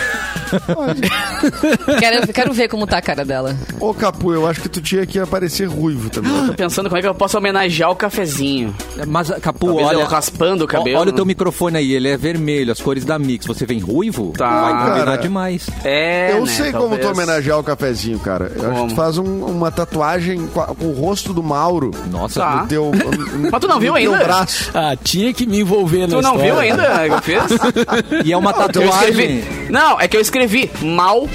Quero, quero ver como tá a cara dela.
Ô, Capu, eu acho que tu tinha que aparecer ruivo também.
Ah,
Tô pensando como é que eu posso homenagear o cafezinho.
É, Mas, Capu,
Talvez
olha.
eu raspando é o cabelo. né?
Olha o teu microfone aí, ele é vermelho, as cores da Mix. Você vem ruivo?
Tá.
Vai combinar
Cara.
demais.
É,
eu
né,
sei como tu
talvez.
homenagear o cafezinho, cara. Eu acho que tu
Como?
faz um- uma tatuagem com, a- com o rosto do Mauro.
Nossa,
Tá.
No teu,
Mas tu não
no
viu
teu
ainda?
braço.
Ah, tinha que me envolver na
Tu não
história.
viu ainda o que eu fiz?
e é uma
Eu
tatuagem.
escrevi. Não, é que eu escrevi Mauro.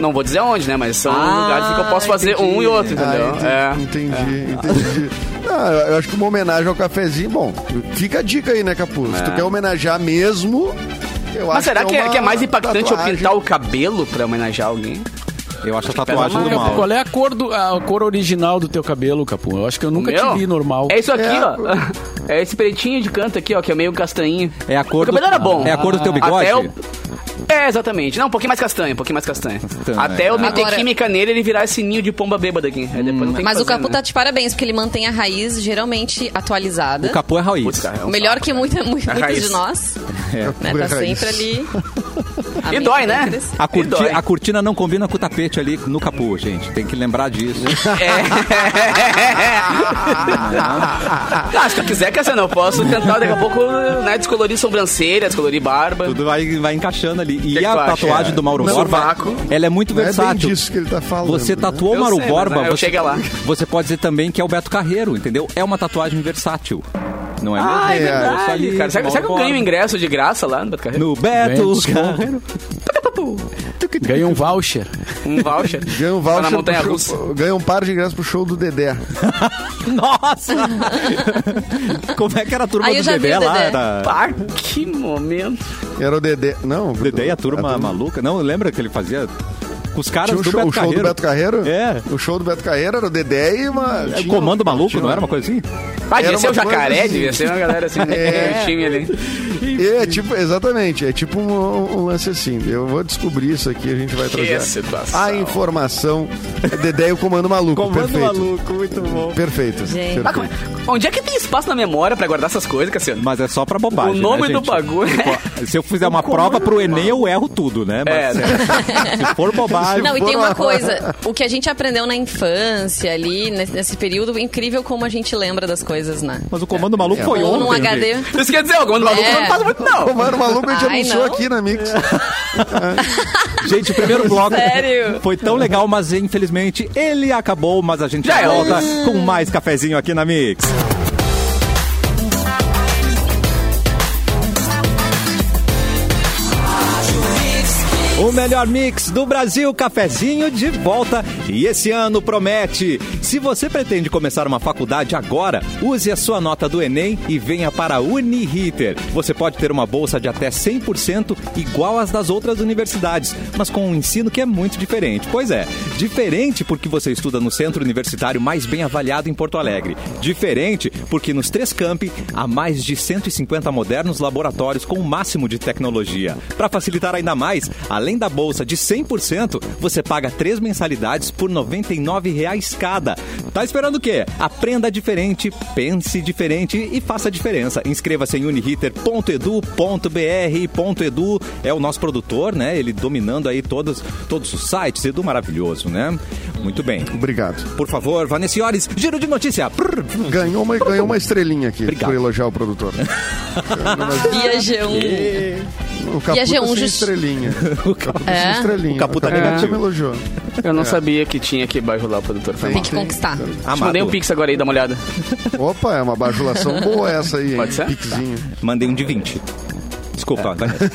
Não vou dizer onde, né? Mas são
Ah,
lugares que eu posso fazer
entendi.
um e outro, entendeu? É.
Ah, entendi, entendi, entendi. Ah, eu- eu acho que uma homenagem ao cafezinho, bom, fica a dica aí, né, Capu? Se tu quer homenagejar mesmo, eu
É. Mas
acho
será que é,
uma
que é mais impactante eu
tatuagem.
pintar o cabelo pra homenagear alguém?
Eu acho a tatuagem do
pesa mais.
mal.
Qual é a cor, do, a cor original do teu cabelo, Capu? Eu acho que eu nunca
O meu?
te vi normal.
É isso aqui,
É.
ó. É esse pretinho de canto aqui, ó, que é meio castanho.
É a cor
o cabelo
do-
era bom. Ah,
é a cor do teu bigode?
Até o- É, exatamente. Não, um pouquinho mais castanho, um pouquinho mais castanho.
Castanho,
Até eu
é.
meter
Agora-
química nele, ele virar esse ninho de pomba bêbada aqui. Aí
Hum,
depois não tem
Mas
que
o
fazer,
Capu tá
né?
de parabéns, porque ele mantém a raiz geralmente atualizada.
O capô é raiz.
Putz, cara, é um
Melhor que muita, mu-
A
muitos
raiz.
de nós. Né?
Pura
Tá
raiz.
sempre ali. A
E
mente
dói,
vai
né?
crescer.
A, curti-
E dói.
a cortina não combina com o tapete ali no capô, gente. Tem que lembrar disso.
É.
Ah, se tu quiser, Cassiano, eu posso tentar daqui a pouco né, descolorir sobrancelha, descolorir barba.
Tudo vai, vai encaixando ali. E
Que que
a
tu acha?
tatuagem do Mauro
No
Borba,
sovaco.
ela é muito
Não é
versátil.
bem disso que ele tá falando.
Você
né?
tatuou o
Eu
Mauro
sei, mas,
Borba,
né, eu
você,
chego lá.
você pode dizer também que é o Beto Carreiro, entendeu? É uma tatuagem versátil. Não é mesmo?
Ah, é
É,
isso
verdade,
aí,
cara. Será, que-
Mauro
será que eu ganho
Borba.
ingresso de graça lá no Beto Carreiro?
No Beto
Beto
Carreiro.
Ganhou um voucher.
Um voucher.
Ganha um
Tá na
voucher
montanha
pro
russa.
show, ganha um par de ingressos pro show do Dedé.
Nossa! Como é que era a turma
Aí eu
do
já vi
Dedé
o
lá?
Dedé.
Era...
Pá, Ah,
É.
que momento.
Era o Dedé. Não,
Dedé e a turma maluca. Não, lembra que ele fazia Com os caras
Tinha o
do
um show,
Beto
o show do
Carreiro.
Beto Carreiro?
É.
O show do Beto Carreiro era o Dedé e uma.
É,
tinha-
Comando maluco,
tinha-
não era uma coisa assim?
Ah,
Era
devia ser
uma
o jacaré,
coisa assim.
devia ser uma galera assim, né? um time ali.
assim.
É, tipo, exatamente. É tipo um, um lance assim. Eu vou descobrir isso aqui, a gente vai
Que
trazer.
situação.
A informação. É Dedé e o Comando Maluco. perfeito.
muito bom.
Perfeito.
Gente.
Ah, como é-
perfeito.
Onde é que tem espaço na memória pra guardar essas coisas, Cassiano?
Mas é só pra bobagem.
O nome
né,
do
gente?
bagulho
Se eu fizer uma prova pro Enem, eu erro tudo, né? Mas
é. né?
se for bobagem.
Não, e
Bora
tem
lá.
uma coisa. O que a gente aprendeu na infância ali, nesse, nesse período, incrível como a gente lembra das coisas, né?
Mas o comando maluco foi
Ou num
ontem. gente.
HD.
Isso quer dizer, algum maluco
É.
não faz muito,
O
não.
Comando Maluco a gente
Ai,
anunciou
não.
aqui na Mix.
Gente, o primeiro bloco
Sério?
foi tão legal, mas infelizmente ele acabou, mas a gente
Já
já
é.
volta com mais cafezinho aqui na Mix. O melhor mix do Brasil, cafezinho de volta. E esse ano promete. Se você pretende começar uma faculdade agora, use a sua nota do Enem e venha para a Uniriter. Você pode ter uma bolsa de até 100% igual às das outras universidades, mas com um ensino que é muito diferente. Pois é, diferente porque você estuda no centro universitário mais bem avaliado em Porto Alegre. Diferente porque nos três campi há mais de 150 modernos laboratórios com o máximo de tecnologia. Para facilitar ainda mais, além da bolsa de 100%, você paga três mensalidades por R$ 99,00 cada. Tá esperando o quê? Aprenda diferente, pense diferente e faça a diferença. Inscreva-se em uniriter.edu.br. Ponto Edu é o nosso produtor, né? Ele dominando aí todos, todos os sites. Edu maravilhoso, né? Muito bem.
Obrigado.
Por favor, Vanessiores, giro de notícia. Prrr.
Ganhou uma, ganhou uma estrelinha aqui
Obrigado.
por elogiar o produtor.
Via G1.
O Capu
E a
tá
G1
sem
just-
estrelinha. O Capu tá sem
um É?
estrelinha.
O Capu tá
já
negativo.
me elogiou.
Eu não sabia que tinha que bajular o produtor. Foi
Tem
mal.
que
tem.
conquistar.
Te mandei um pix agora aí, dá uma olhada.
Opa, é uma bajulação boa essa aí, hein?
Pode ser?
Piquezinho.
Mandei um de 20. Desculpa, Vanessa.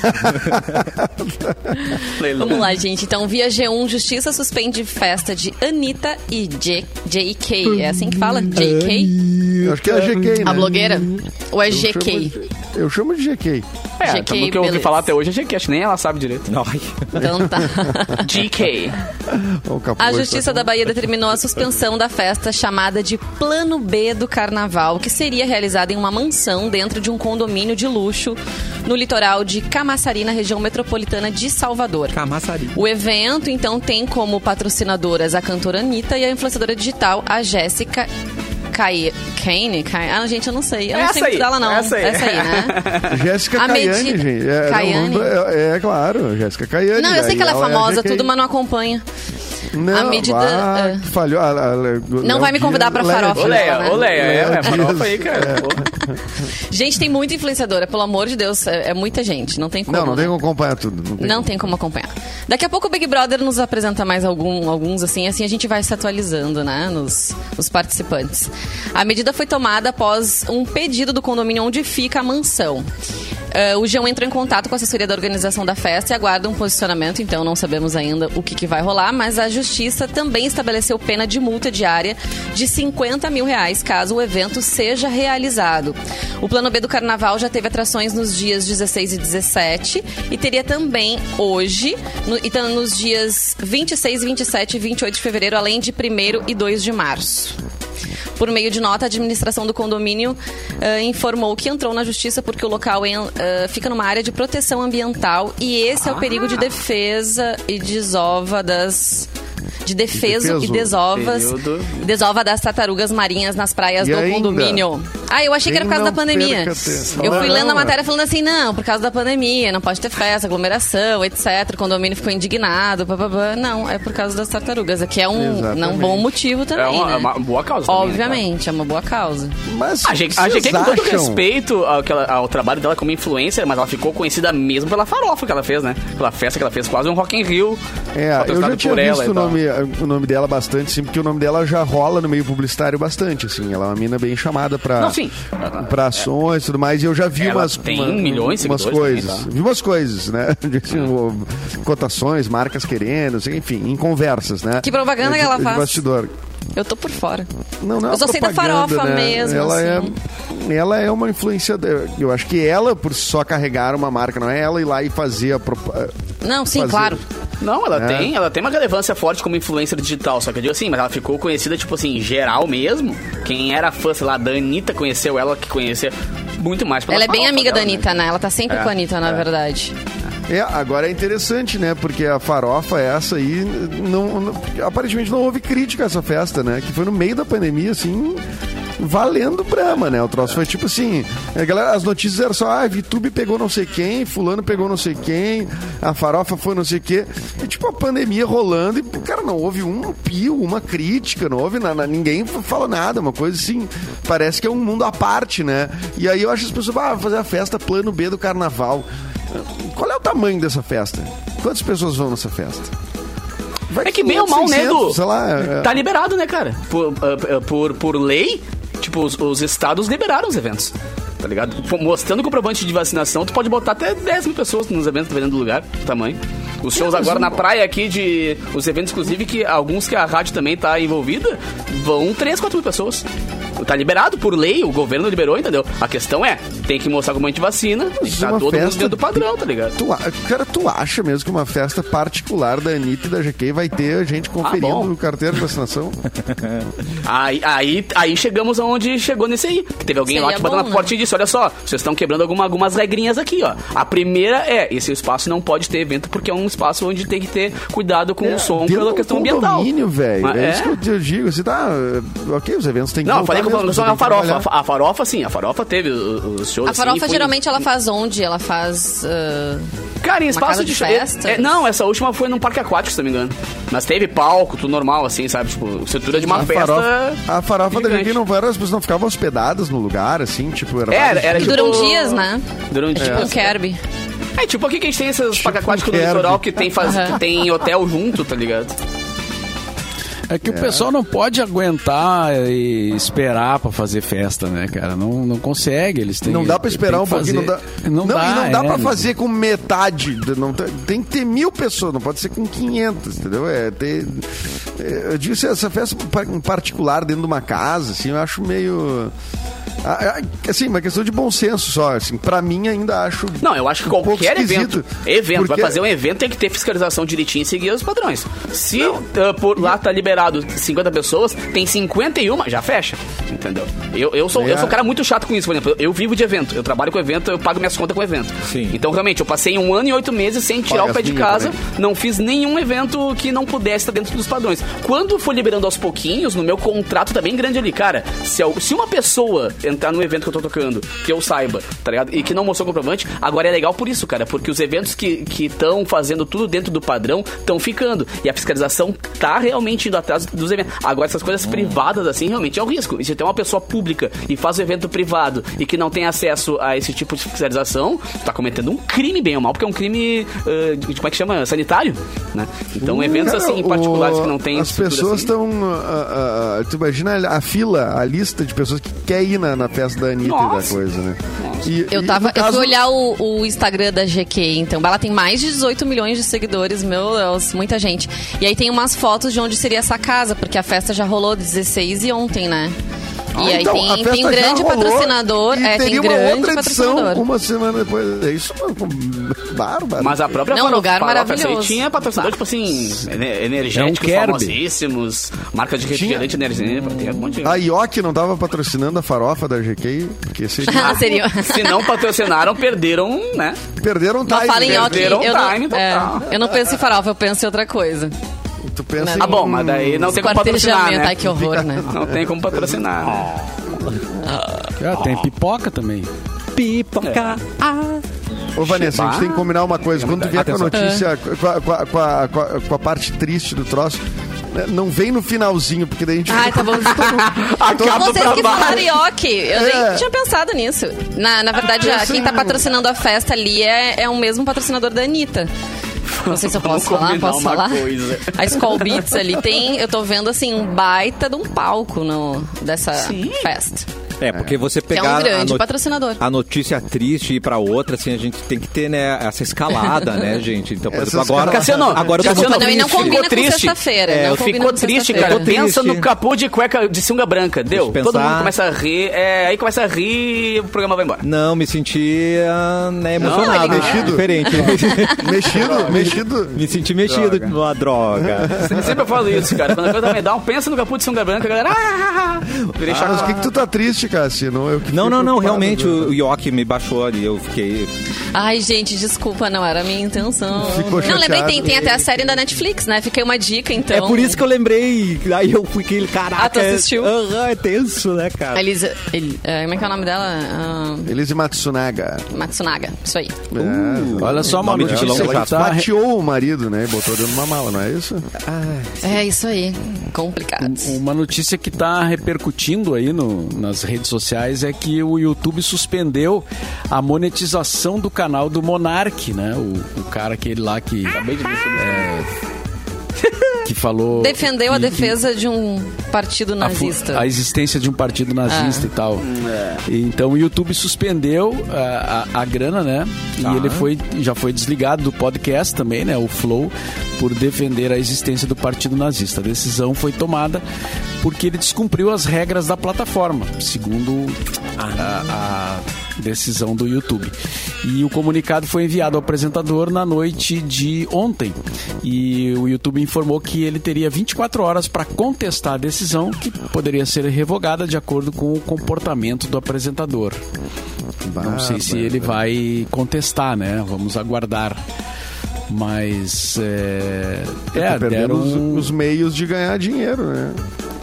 Leilão.
Vamos lá, gente. Então, via G1, Justiça suspende festa de Anitta e J- JK. É assim que fala? JK?
Eu acho que é a GK, né?
A blogueira? Ou é GK?
Chamo de- Eu chamo de GK.
É,
GK,
então, o que eu ouvi
beleza.
falar até hoje é GK, acho que nem ela sabe direito.
Ai.
Então tá.
GK.
O Capu
A
hoje tá
Justiça da Bahia determinou a suspensão da festa chamada de Plano B do Carnaval, que seria realizada em uma mansão dentro de um condomínio de luxo no litoral de Camaçari, na região metropolitana de Salvador.
Camaçari.
O evento, então, tem como patrocinadoras a cantora Anitta e a influenciadora digital, a Jéssica Cae- Kane. Cae- Ah, gente, eu não sei. Eu não
Essa
sei muito
aí,
dela, não.
essa aí.
né?
Jéssica
A
Caiane,
medida-
gente. É, é,
Caiane?
um- é, é claro, Jéssica Caiane.
Não, eu sei
daí
que ela é
a
famosa,
GK.
tudo, mas não acompanha.
Não,
a medida-
ah,
é.
que falhou. Ah, ah, Léo
vai me convidar pra
Dias- Léo
farofa. né?
Ô,
Dias.
Leia, ô, Leia, é,
Léo
é farofa aí,
Dias.
cara. Pô.
é.
Gente, tem muita influenciadora, pelo amor de Deus. É, é muita gente, não tem como.
Não, não
né?
tem como acompanhar tudo. Não tem
Não tem como acompanhar. Daqui a pouco o Big Brother nos apresenta mais algum- alguns, assim, assim a gente vai se atualizando, né, nos, nos participantes. A medida foi tomada após um pedido do condomínio onde fica a mansão. Eh, o João entrou em contato com a assessoria da organização da festa e aguarda um posicionamento, então não sabemos ainda o que, que vai rolar, mas a justiça também estabeleceu pena de multa diária de 50 mil reais caso o evento seja realizado. O plano B do carnaval já teve atrações nos dias 16 e 17 e teria também hoje, no, então nos dias 26, 27 e 28 de fevereiro, além de 1 e 2 de março. Por meio de nota, a administração do condomínio eh, informou que entrou na justiça porque o local em- eh, fica numa área de proteção ambiental e esse é o perigo
Ah!
de defesa e desova das. De defeso
defeso.
e desovas.
Período.
Desova das tartarugas marinhas nas praias
E
do
ainda?
condomínio. Ah, eu achei que era por
Quem
causa da
não
pandemia.
perca tempo?
Eu fui
Não,
lendo a
não,
matéria falando assim, não, por causa da pandemia, não pode ter festa, aglomeração, etc. O condomínio ficou indignado, bababá. Não, é por causa das tartarugas. Aqui é um,
Exatamente.
não, bom motivo também.
É uma,
né?
é uma boa causa. também, né, cara?
Obviamente, é uma boa causa.
Mas
A GK, a GK com todo respeito ao, que ela- ao trabalho dela como influencer, mas ela ficou conhecida mesmo pela farofa que ela fez, né? Pela festa que ela fez, quase um Rock in Rio.
É, eu já
patrocinado
tinha
por ela
visto
e
o
tal.
nome, eh, o nome dela bastante, sim, porque o nome dela já rola no meio publicitário bastante, assim. Ela é uma mina bem chamada pra,
Não, sim.
pra ações e tudo mais. E eu já vi
Ela
umas,
tem
uma-
milhões de
umas
seguidores
coisas.
também, tá?
Vi umas coisas, né? Tipo, Cotações, marcas querendo, assim, enfim, em conversas, né?
Que propaganda
De-
que ela
de
faz?
bastidor.
Eu tô por fora.
Não, não é
Eu só sei da
propaganda,
farofa
né?
mesmo,
Ela,
assim.
é, ela é uma influenciadora. Eu acho que ela, por só carregar uma marca, não é ela ir lá e fazer a propaganda.
Não, sim,
Fazer-
claro.
Não, ela
É.
tem, ela tem uma relevância forte como influencer digital, só que eu digo assim, mas ela ficou conhecida, tipo assim, geral mesmo. Quem era fã, sei lá, da Anitta conheceu ela, que conhecia muito mais pela
Ela é bem
farofa
amiga da
dela, né?
Anitta, né? Ela tá sempre com a Anitta, na verdade.
É, agora é interessante, né? Porque a farofa é essa aí, não, não- aparentemente não houve crítica a essa festa, né? Que foi no meio da pandemia, assim, valendo brama, né? O troço foi tipo assim, a galera, as notícias eram só, ah, Vitube pegou não sei quem, fulano pegou não sei quem, a farofa foi não sei o quê. E tipo, a pandemia rolando e, cara, não houve um pio, uma crítica, não houve nada, ninguém fala nada, uma coisa assim, parece que é um mundo à parte, né? E aí eu acho as pessoas, ah, vou fazer a festa plano B do carnaval. Qual é o tamanho dessa festa? Quantas pessoas vão nessa festa? Vai
É que bem ou
500,
mal, né,
600,
Edu?
Sei lá, é-
Tá liberado, né, cara? Por, ah, ah, por, por lei, tipo, os, os estados liberaram os eventos. Tá ligado? Pô, Mostrando o comprovante de vacinação, tu pode botar até 10 mil pessoas nos eventos, dependendo do lugar, do tamanho. Os shows agora na praia aqui de. Os eventos, inclusive, que alguns que a rádio também tá envolvida, vão 3, 4 mil pessoas. Tá liberado por lei, o governo liberou, entendeu? A questão é, tem que mostrar como a gente vacina, tem que
Mas
tá
uma
todo mundo
festa-
dentro do padrão, tá ligado?
Tu, a- cara, tu acha mesmo que uma festa particular da Anitta e da GQ vai ter gente conferindo
Ah, bom.
o carteiro de vacinação?
Aí, aí, aí chegamos aonde chegou nesse aí. Que teve alguém lá
Seria
que bateu na
bom, né?
porta e disse: Olha só, vocês estão quebrando alguma- algumas regrinhas aqui, ó. A primeira é: esse espaço não pode ter evento porque é um espaço onde tem que ter cuidado com o som
Dentro
um pela
do
questão ambiental.
É, um condomínio, velho.
Mas
É,
é?
isso que eu digo. Assim, tá, ok, os eventos têm que
Não, eu
voltar
falei que eu
mesmo,
falando só
tem que
na é farofa.
trabalhar.
A, a farofa, sim, a farofa teve o- os shows.
A
assim,
farofa
foi-
geralmente ela faz onde? Ela faz. ah,
Cara, em espaço
casa
de,
de
show.
festas?
é- é- não, essa última foi num parque aquático, se não me engano. Mas teve palco, tudo normal, assim, sabe? Tipo, estrutura de uma
a
festa.
farofa, a farofa da
gigante.
GQ não era, as pessoas não ficavam hospedadas no lugar, assim, tipo, era.
Era,
vários
era
que
tipo-
duram dias, né?
É.
Durante
Tipo um Kirby.
É tipo aqui que a gente tem esses tipo
um
no
Kirby.
litoral que tem, faz,
Aham.
que tem hotel junto, tá ligado?
É que o pessoal não pode aguentar e esperar pra fazer festa, né, cara? Não, não consegue, eles têm
Não dá pra esperar
tem
um
que
pouquinho, não dá.
fazer- Não, dá,
e não dá
é,
pra
né?
fazer com metade. do- Não, tem- tem que ter mil pessoas, não pode ser com 500, entendeu? É, ter, é, eu digo assim, essa festa par- em particular dentro de uma casa, assim, eu acho meio. a- a- Assim, uma questão de bom senso só. Assim, pra mim, ainda acho.
Não, eu acho que
um pouco
qualquer
esquisito,
evento. Evento, vai
porque-
fazer um evento, tem que ter fiscalização direitinho e seguir os padrões. Se ah, por lá tá liberado 50 pessoas, tem 51, já fecha. Entendeu? Eu, eu, sou,
É.
eu sou um cara muito chato com isso, por exemplo. Eu vivo de evento, eu trabalho com evento, eu pago minhas contas com evento.
Sim.
Então, realmente, eu passei um ano e oito meses sem tirar
Paga
o pé
as
de
minhas né?
casa,
também.
não fiz nenhum evento que não pudesse estar dentro dos padrões. Quando for liberando aos pouquinhos, no meu contrato tá bem grande ali, cara. Se, eu- se uma pessoa entrar num evento que eu tô tocando, que eu saiba, tá ligado? E que não mostrou comprovante, agora é legal por isso, cara. Porque os eventos que estão fazendo tudo dentro do padrão estão ficando. E a fiscalização tá realmente indo atrás dos eventos. Agora, essas coisas privadas, assim, realmente é um risco. E se tem uma pessoa pública e faz um evento privado e que não tem acesso a esse tipo de fiscalização, tá cometendo um crime bem ou mal, porque é um crime, ah, de, como é que chama? Sanitário, né? Então, eventos
Hum, Cara,
assim, particulares
o-
que não tem
As
estrutura,
pessoas
assim.
estão. tu imagina a, a fila, a lista de pessoas que quer ir na, na festa da Anitta e da
Nossa.
coisa, né? E- e,
Eu,
no
tava, eu
caso-
fui olhar o, o Instagram da GQ, então. Ela tem mais de 18 milhões de seguidores, meu Deus, muita gente. E aí tem umas fotos de onde seria essa casa, porque a festa já rolou 16 e ontem, né? E aí
Então, a
tem,
festa
tem
já
grande
rolou
patrocinador,
e
é, tem
teria uma
grande
outra edição
patrocinador.
Uma semana depois. É isso, mano. Bárbaro.
Mas a própria
Não, lugar
farofa, essa aí
maravilhoso.
tinha patrocinador, tipo assim, ener- energéticos,
É um Kerb.
famosíssimos, marca de refrigerante, energético, tem um monte de...
A IOC não tava patrocinando a farofa da GK, porque se
Ah, seria.
Se não patrocinaram, perderam, né?
perderam o
Não
time.
fala em
né?
ok.
Perderam
Eu,
time
não- é,
total.
eu não penso em farofa, eu penso em outra coisa.
Tu pensa
Ah,
Ah,
em-
bom, mas daí não tem como patrocinar,
Quartejamento,
né?
ai que horror, né?
Não tem como patrocinar. né?
Ah, tem pipoca também.
Pipoca.
Ô, Vanessa, a gente tem que combinar uma coisa. Quando tu vier com a
Ah.
notícia, com a, com a- com a- com a- com a parte triste do troço, né, não vem no finalzinho, porque daí a gente
Ai, tá bom.
Acaba o
Então Vocês que
trabalho.
falaram ioki, eu
É.
nem tinha pensado nisso. Na, na verdade, a- quem tá patrocinando a festa ali é, é o mesmo patrocinador da Anitta. Não sei se eu
Vamos
posso falar,
combinar
posso
uma
falar?
coisa.
A Skull Beats ali tem, eu tô vendo assim, um baita de um palco no, dessa festa.
É, porque você
Que é
pegar
um
a,
grande
no-
patrocinador.
a notícia triste e ir pra outra, assim, a gente tem que ter, né, essa escalada, né, gente? Então, por
Essa
exemplo, agora...
Cassiano,
agora eu tô
Cassiano,
muito
Não, e não
triste.
combina com
triste.
sexta-feira.
É,
não
eu
combina
Ficou
com
triste,
sexta-feira.
cara.
Ficou
Pensa
triste.
no capô de cueca de sunga branca. Deu.
Deixa eu
Todo
pensar.
mundo começa a rir. É, aí começa a rir e o programa vai embora.
Não, me senti ah, né, emocionado,
ele-
mexido. diferente.
tá.
Mexido, mexido.
me senti mexido com uma droga.
Eu sempre falo isso, cara. Quando a coisa tá medal, pensa no capô de sunga branca, a galera. Ah, ah, ah, ah. Virei
Ah, mas
chato.
o que, que tu tá triste, Cassino? Eu que
Não, não,
fiquei
não,
preocupado
realmente
agora.
o, o Yoki me baixou ali, eu fiquei...
Ai, gente, desculpa, não era a minha intenção.
Ficou
não, lembrei, tem,
chateado.
tem até a série da Netflix, né? Fiquei uma dica, então.
É por isso que eu lembrei, aí eu fiquei, caraca...
Ah, tu assistiu?
Aham, é tenso, né, cara?
Elisa, El- é, como é que é o nome dela?
Elise Matsunaga.
Ah, Matsunaga, isso aí.
É,
Olha só uma
Nome de
notícia
vilão
que
chato.
tá...
fatiou o marido, né? E botou dentro de uma mala, não é isso?
É isso aí. Complicado.
Um, Uma notícia que está repercutindo aí no- nas redes sociais é que o YouTube suspendeu a monetização do canal do Monark, né? O, o cara aquele lá que é,
Acabei de ver isso.
que falou
Defendeu a
que- que-
defesa de um partido
a fu-
nazista. Ah.
A, existência de um partido nazista e tal. Então o YouTube suspendeu é, a, a- a grana, né? E ele foi, já foi desligado do podcast também, né? O Flow, por defender a existência do partido nazista. A decisão foi tomada porque ele descumpriu as regras da plataforma, segundo a- a decisão do YouTube. E o comunicado foi enviado ao apresentador na noite de ontem. E o YouTube informou que ele teria 24 horas para contestar a decisão, que poderia ser revogada de acordo com o comportamento do apresentador.
Ah,
Não sei se ele vai contestar, né? Vamos aguardar. Mas. É,
É,
é
tá perdendo
deram
os,
um-
os meios de ganhar dinheiro, né?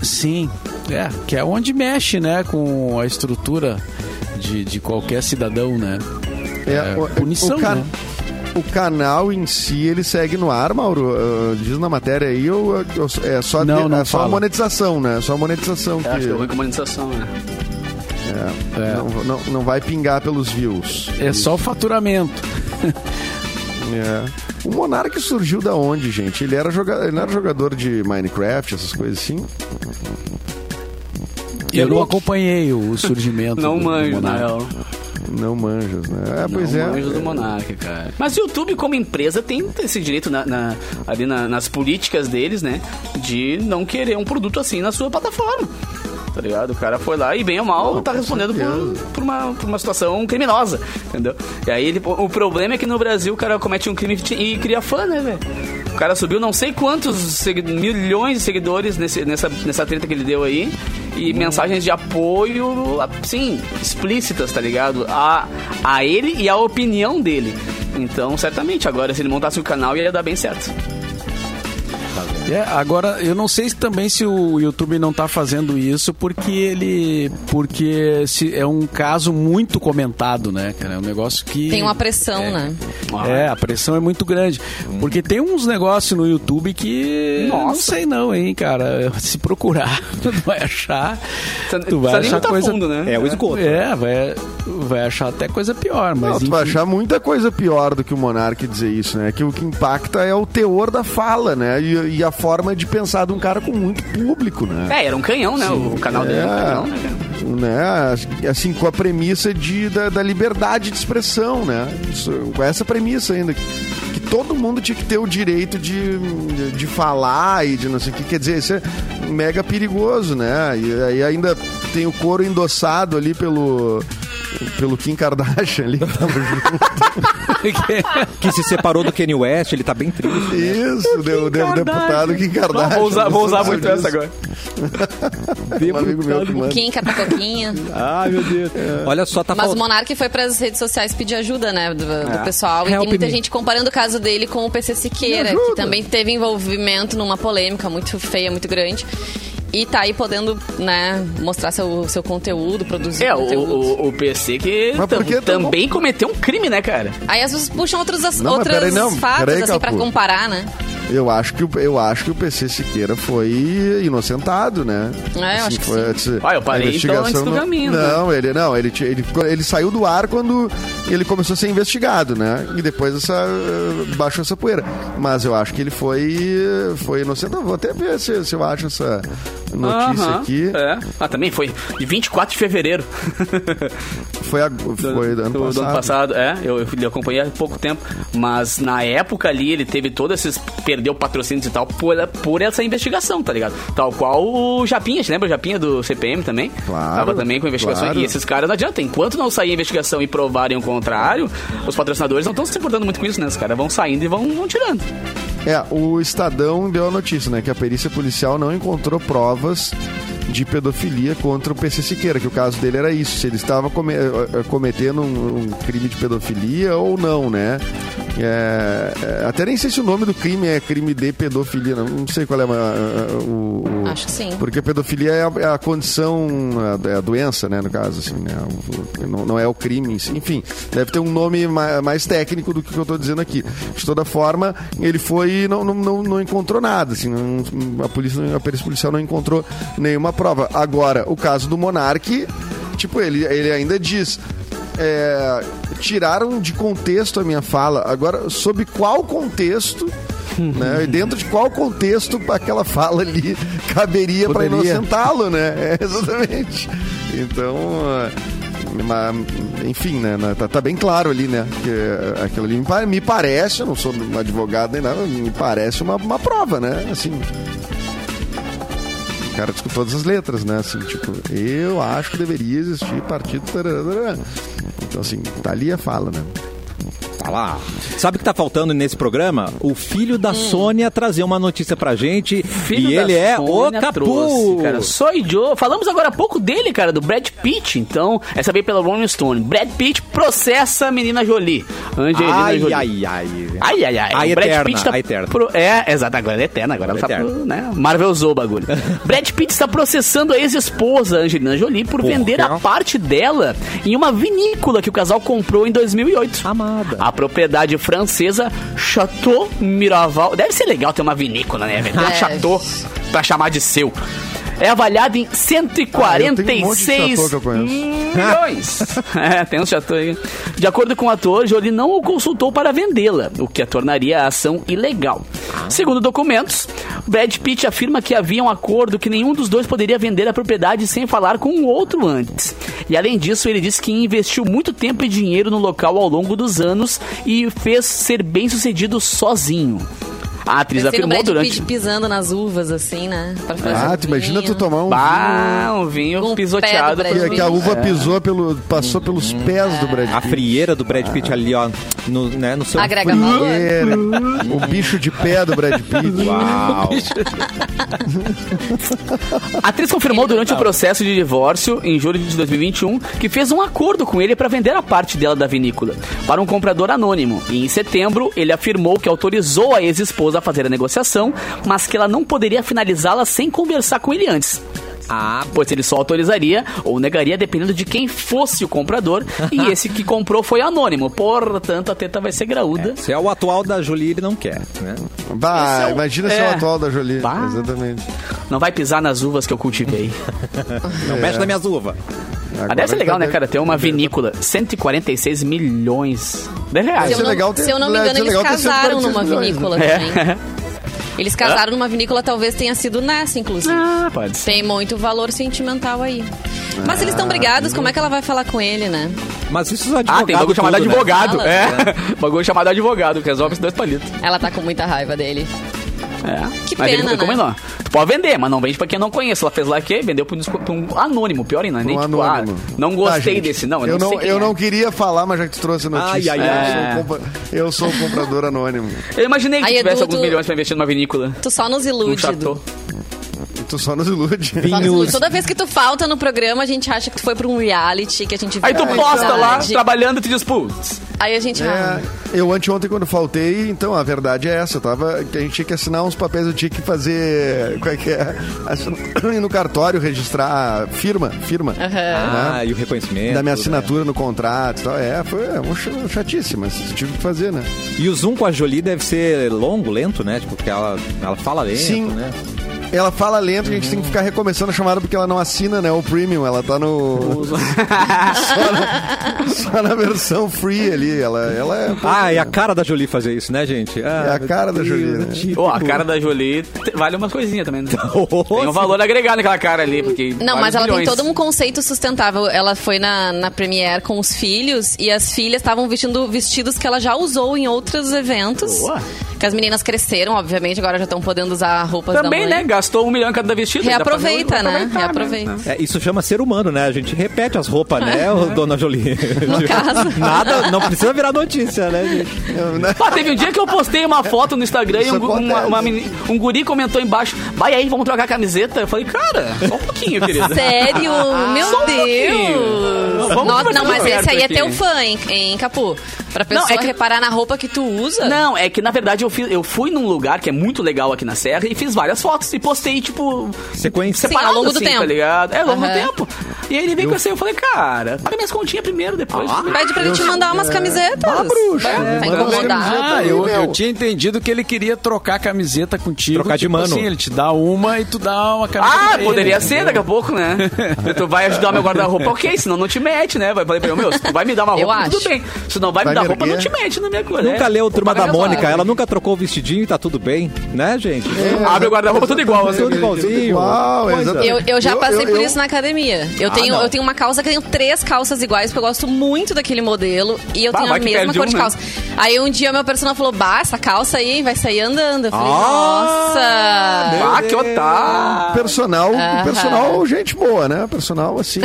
Sim, é, que é onde mexe, né, com a estrutura de, de qualquer cidadão, né? É, punição, né?
o canal em si, ele segue no ar, Mauro? Ah, diz na matéria aí, ou, ou- é só,
Não, não
é só a
fala.
monetização, né? Só a monetização que
Acho que é eu vou com monetização, né?
é, Não, não, não vai pingar pelos views.
É só o faturamento.
É. O Monark surgiu da onde, gente? Ele era, joga... ele não era jogador de Minecraft, essas coisas assim?
Eu não acompanhei o o surgimento
Não
do- do
manjo, né? na
Monark.
real.
Não manjas, né? É, pois
não
é.
manjo do Monarca, cara. Mas o YouTube, como empresa, tem esse direito na- na- ali na- nas políticas deles, né? De não querer um produto assim na sua plataforma. Tá ligado? O cara foi lá e, bem ou mal, tá respondendo por, por uma, por uma situação criminosa, entendeu? E aí, ele- o problema é que no Brasil o cara comete um crime e cria fã, né, velho? O cara subiu não sei quantos segui- milhões de seguidores nesse- nessa, nessa treta que ele deu aí. E
Uhum.
mensagens de apoio, sim, explícitas, tá ligado? A, a ele e a opinião dele. Então, certamente, agora, se ele montasse o canal, ia dar bem certo.
É, agora eu não sei se também se o YouTube não tá fazendo isso porque ele porque se, é um caso muito comentado, né, cara? É um negócio que
Tem uma pressão,
é,
né?
É, a pressão é muito grande. Porque tem uns negócios no YouTube que. Não
Nossa.
sei não, hein, cara. Se procurar, tu vai achar. Tu vai
Precisa nem
achar
botar
coisa.
fundo, né?
É o esgoto.
É, vai, vai achar até coisa pior,
Não,
mas.
tu
enfim.
vai achar muita coisa pior do que o Monark dizer isso, né? Que o que impacta é o teor da fala, né? E, e a forma de pensar de um cara com muito público, né?
É, era um canhão, né? o canal dele era um canhão, né, cara?
É, né? Assim, com a premissa de, da, da liberdade de expressão, né? Isso, com essa premissa ainda. Que, que todo mundo tinha que ter o direito de, de falar e de não sei o que. Quer dizer, isso é mega perigoso, né? E aí ainda tem o couro endossado ali pelo. Pelo Kim Kardashian ali. que tava junto.
Que se separou do Kanye West, ele tá bem triste.
Isso, deu, deu o deputado Kim Kardashian.
Vou usar, vou usar
Não sei
muito
disso.
essa agora.
Um amigo meu que manda.
Quem cata coquinha.
Ai, meu Deus.
É.
Olha só, tá
é Mas o
faltando...
Monark foi pras redes sociais pedir ajuda, né? Do, do
É.
pessoal. E
Help
tem muita
me.
gente comparando o caso dele com o PC Siqueira, que também teve envolvimento numa polêmica muito feia, muito grande. E tá aí podendo, né, mostrar seu, seu conteúdo, produzir
É, o,
conteúdo.
o, o PC que
Mas por
tam-
que tu não-
também cometeu um crime, né, cara?
Aí as pessoas puxam outros, as-
Não, mas
outras
peraí, não.
fatos,
Peraí,
assim, pra
Capu.
comparar, né?
Eu acho que o, eu acho que o PC Siqueira foi inocentado, né?
É, eu acho que
sim.
Ah, eu parei, então, antes do caminho, né?
Não, ele não, ele, ti- ele ele saiu do ar quando ele começou a ser investigado, né? E depois essa eh, baixou essa poeira. Mas eu acho que ele foi foi inocente. Eu Vou até ver se, se eu acho essa notícia
Aham,
aqui.
É. Ah, também foi de 24 de fevereiro.
Foi, a, foi do, ano passado. né?
do, do ano passado, é. Eu, eu acompanhei há pouco tempo. Mas na época ali, ele teve todos esses. Perdeu patrocínios e tal por, por essa investigação, tá ligado? Tal qual o Japinha, te lembra o Japinha do CPM também?
Claro,
Tava também com investigação.
claro.
E esses caras não adianta. Enquanto não sair a investigação e provarem o contrário, os patrocinadores não estão se importando muito com isso, né? Os caras vão saindo e vão, vão tirando.
É, o Estadão deu a notícia, né? Que a perícia policial não encontrou provas de pedofilia contra o PC Siqueira, que o caso dele era isso, se ele estava come- eh, eh, cometendo um, um crime de pedofilia ou não, né? É, é, até nem sei se o nome do crime é crime de pedofilia, não, não sei qual é a- a- a- o, o-
Acho que sim.
Porque pedofilia é a, é a condição, é a- é a doença, né, no caso, assim, né? O- o- não, não é o crime, em si. enfim. Deve ter um nome ma- mais técnico do que eu tô dizendo aqui. De toda forma, ele foi e não, não, não, não encontrou nada, assim, não- a polícia, a perícia policial não encontrou nenhuma prova. Agora, o caso do Monark, tipo, ele, ele ainda diz... é, tiraram de contexto a minha fala. Agora, sob qual contexto, né? E dentro de qual contexto aquela fala ali caberia para
Poderia.
inocentá matá-lo, né? É, exatamente. Então, ah, ma- enfim, né? na- Tá, tá bem claro ali, né? Que eh, aquilo ali me, pa- me parece, eu não sou um advogado nem nada, me parece uma, uma prova, né? Assim. O cara com todas as letras, né? Assim, tipo, eu acho que deveria existir partido. tarará, tarará. Então, assim, tá ali a fala, né?
Tá lá. Sabe o que tá faltando nesse programa? O filho da Sônia trazer uma notícia pra gente.
Hum. Filho
e
da
ele é o
Sônia
Capu.
trouxe, cara. Só Joe. Falamos agora há pouco dele, cara, do Brad Pitt. Então, essa veio pela Rolling Stone. Brad Pitt processa a menina Jolie. Angelina
ai,
Jolie.
ai, ai,
Ai, ai, ai.
A
O Brad
eterna,
Pitt tá
a eterna.
pro- É, exato. Agora ela é eterna. Agora ela tá
Eterna.
pro... Né? Marvel usou o bagulho. Brad Pitt está processando a ex-esposa Angelina Jolie por vender a parte dela em uma vinícola que o casal comprou em 2008.
Amada.
A propriedade francesa Chateau Miraval. Deve ser legal ter uma vinícola, né? velho? Ter um
É.
chateau pra chamar de seu. É avaliada em
Ah, eu tenho um monte de
146
chateau que eu
Hum,
conheço.
milhões. é, tem um chateau aí. De acordo com o ator, Jolie não o consultou para vendê-la, o que a tornaria a ação ilegal. Segundo documentos, Brad Pitt afirma que havia um acordo que nenhum dos dois poderia vender a propriedade sem falar com o outro antes. E além disso, ele disse que investiu muito tempo e dinheiro no local ao longo dos anos e fez ser bem sucedido sozinho. A atriz
Tá
Pensei no
afirmou
Brad
durante.
Pitt pisando nas uvas, assim, né? Pra fazer
né? Ah,
um
tu imagina tu
vinho.
tomar um
Bah, um
Com o
vinho
pé
pisoteado.
do Brad
por-
vinho que, que a uva pisou pelo, passou pelos pés do Brad
A
Pitt.
frieira do Brad Pitt ali, ó, no, né, no seu...
Agrega valor.
Era. O bicho de pé do Brad Pitt.
Uau.
A atriz confirmou durante o processo de divórcio, em julho de 2021, que fez um acordo com ele para vender a parte dela da vinícola para um comprador anônimo. E em setembro, ele afirmou que autorizou a ex-esposa a fazer a negociação, mas que ela não poderia finalizá-la sem conversar com ele antes. Ah, pois ele só autorizaria ou negaria dependendo de quem fosse o comprador. E esse que comprou foi anônimo. Portanto, a teta vai ser graúda.
Se é o atual da Julie, ele não quer, né?
Bah,
Esse é o-
imagina se
é.
é o atual da Jolie.
Bah.
Exatamente.
Não vai pisar nas uvas que eu cultivei.
Não mexe na minha uva.
Agora
Ah, deve ser
ele
legal,
tá
né, cara? Ter uma vinícola. 146 milhões de
Se eu,
Deve
reais.
ser
não,
legal ter-
se eu não me
deve
engano,
ser
eles
legal ter
casaram
146
numa
milhões,
vinícola
É.
também. Eles casaram numa vinícola, talvez tenha sido nessa, inclusive.
Ah, pode ser.
Tem muito valor sentimental aí. Mas eles estão brigados, como é que ela vai falar com ele, né?
Mas isso é advogado
Ah, tem bagulho chamado
tudo, né?
advogado.
Fala,
É. Bagulho chamado advogado, que resolve esses dois palitos.
Ela tá com muita raiva dele.
É.
Que
mas ele
pena, né?
recomendou. Tu pode vender, mas não vende pra quem não conhece. Ela fez lá que vendeu pra um, desco- pra um anônimo, pior ainda.
Um
Nem tipo, ah,
anônimo.
não
Tá,
gostei
gente,
desse. Não,
eu
eu, não,
não,
sei quem
eu
é.
não queria falar, mas já que tu trouxe a notícia.
Ai, ai,
ai.
eu, sou o compra- eu sou o comprador anônimo.
Eu imaginei que
Aí,
tivesse
Edu,
alguns
tu-
milhões pra investir numa vinícola.
Tu só nos
Um
ilude.
chateau.
Edu.
Tu só nos ilude.
Só nos ilude.
Vinhos.
Toda vez que tu falta no programa, a gente acha que tu foi pra um reality, que a gente
Aí tu
viu a
posta lá,
verdade.
trabalhando, tu diz, putz.
Aí a gente.
É,
ah,
eu anteontem quando faltei, então a verdade é essa, eu tava, que a gente tinha que assinar uns papéis, eu tinha que fazer, qual é que é, Assinar- ir no cartório registrar firma, firma,
Ah, e o reconhecimento.
da minha
né?
assinatura no contrato e tal, é, foi um ch- chatice, mas tive que fazer, né?
E o zoom com a Jolie deve ser longo, lento, né? Uhum. Tipo, porque ela, ela fala lento,
Sim.
né?
Ela fala lento e a gente tem que ficar recomeçando a chamada porque ela não assina, né? O premium, ela tá no. só, na, só na versão free ali. Ela, ela é.
Ah, é a cara da Jolie fazer isso, né, gente?
É a cara da Jolie, né?
tipo,
Ó, a cara da Jolie te- vale umas coisinhas também.
Tá
Né? Tem um valor agregado naquela cara ali, porque.
Não,
vale
mas
uns
ela
milhões.
tem todo um conceito sustentável. Ela foi na, na Premiere com os filhos e as filhas estavam vestindo vestidos que ela já usou em outros eventos.
Boa.
Que as meninas cresceram, obviamente, agora já estão podendo usar roupas
Também,
da mãe.
né? Gastou um milhão em cada vestido. dá pra fazer
Reaproveita,
um-
né?
aproveitar,
Reaproveita.
É, isso chama ser humano, né? A gente repete as roupas, né, ô, dona Jolie?
No caso.
Nada, não precisa virar notícia, né, gente?
Pá, teve um dia que eu postei uma foto no Instagram e
Isso
um, gu- uma-
acontece.
uma meni- um guri comentou embaixo, vai aí, vamos trocar a camiseta. Eu falei, cara, só um pouquinho, querido.
Sério? Meu
Só um pouquinho.
Deus!
Vamos
Não,
conversar
não, mas
perto
esse aí é
aqui.
teu fã, hein, hein, Capu? Pra pessoa
é que-
reparar na roupa que tu usa.
Não, é que na verdade eu, fi- eu fui num lugar que é muito legal aqui na Serra e fiz várias fotos e postei, tipo,
Sequência.
separado
ao longo do
assim,
tempo.
tá ligado? É, ao longo do
Aham.
tempo. E aí ele veio com essa, eu falei, cara, paga minhas continhas primeiro, depois.
Ah.
Pede pra ele te mandar
é.
umas camisetas. Tá
bruxa.
Tá
Manda umas
incomodado.
camisetas.
Ah,
aí,
eu,
meu.
eu tinha entendido que ele queria trocar a camiseta contigo.
Trocar de
tipo
mano.
Assim, ele te dá uma e tu dá uma camiseta.
Ah,
pra ele,
poderia ser
entendeu?
daqui a pouco, né? Tu vai ajudar meu guarda-roupa, ok, senão não te mete, né? Vai falei pra ele, meu, se tu vai me dar uma
Eu
roupa, tudo
acho.
bem. Se não vai,
Vai
me dar
me
roupa, não te
erguer.
mete na minha coisa.
né?
Nunca
é.
leu o Turma da
Olha só.
Mônica, ela nunca trocou o vestidinho e tá tudo bem, né, gente?
É,
Abre o guarda-roupa tudo igual, né?
Tudo igualzinho.
igual,
Coisa.
exatamente.
Eu, eu já
Eu-
passei
eu-
por
eu-
isso na academia. Eu,
Ah,
tenho,
não.
eu tenho uma calça que eu tenho três calças iguais, porque eu gosto muito daquele modelo. E eu
Bah,
tenho a
vai que
mesma
perde
cor
um,
de
né?
calça. Aí um dia meu personal falou: Bah, essa calça aí vai sair andando. Eu falei,
Ah,
nossa!
Ah, que
É.
otário.
Personal, personal, gente boa, né? Personal, assim.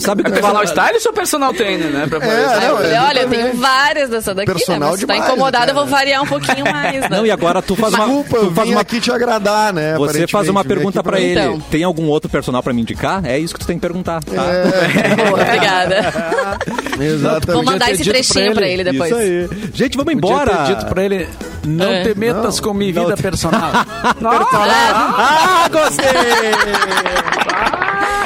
Sabe o que tu
Personal
fala?
style ou seu personal trainer, né? Pra fazer
É,
isso.
Aí eu
Não,
falei,
é,
olha, eu tenho
exatamente.
várias dessa daqui, né?
Personal
Mas se tá
demais,
incomodado, eu vou
cara.
variar um pouquinho mais. Né?
Não, e agora tu faz uma,
Desculpa,
tu
eu
faz
vim
uma
aqui te agradar, né?
Você faz uma
aparentemente. Vim
pergunta
aqui
pra ele.
Então.
Tem algum outro personal pra me indicar? É isso que tu tem que perguntar, tá?
Obrigada.
É, Exatamente.
Vou
podia
mandar
ter
esse
dito pra
trechinho
ele.
pra
É,
ele, depois.
Isso aí. Gente, vamos
Podia
embora.
ter dito pra ele, não
É.
te metas com minha vida personal.
Ah, gostei!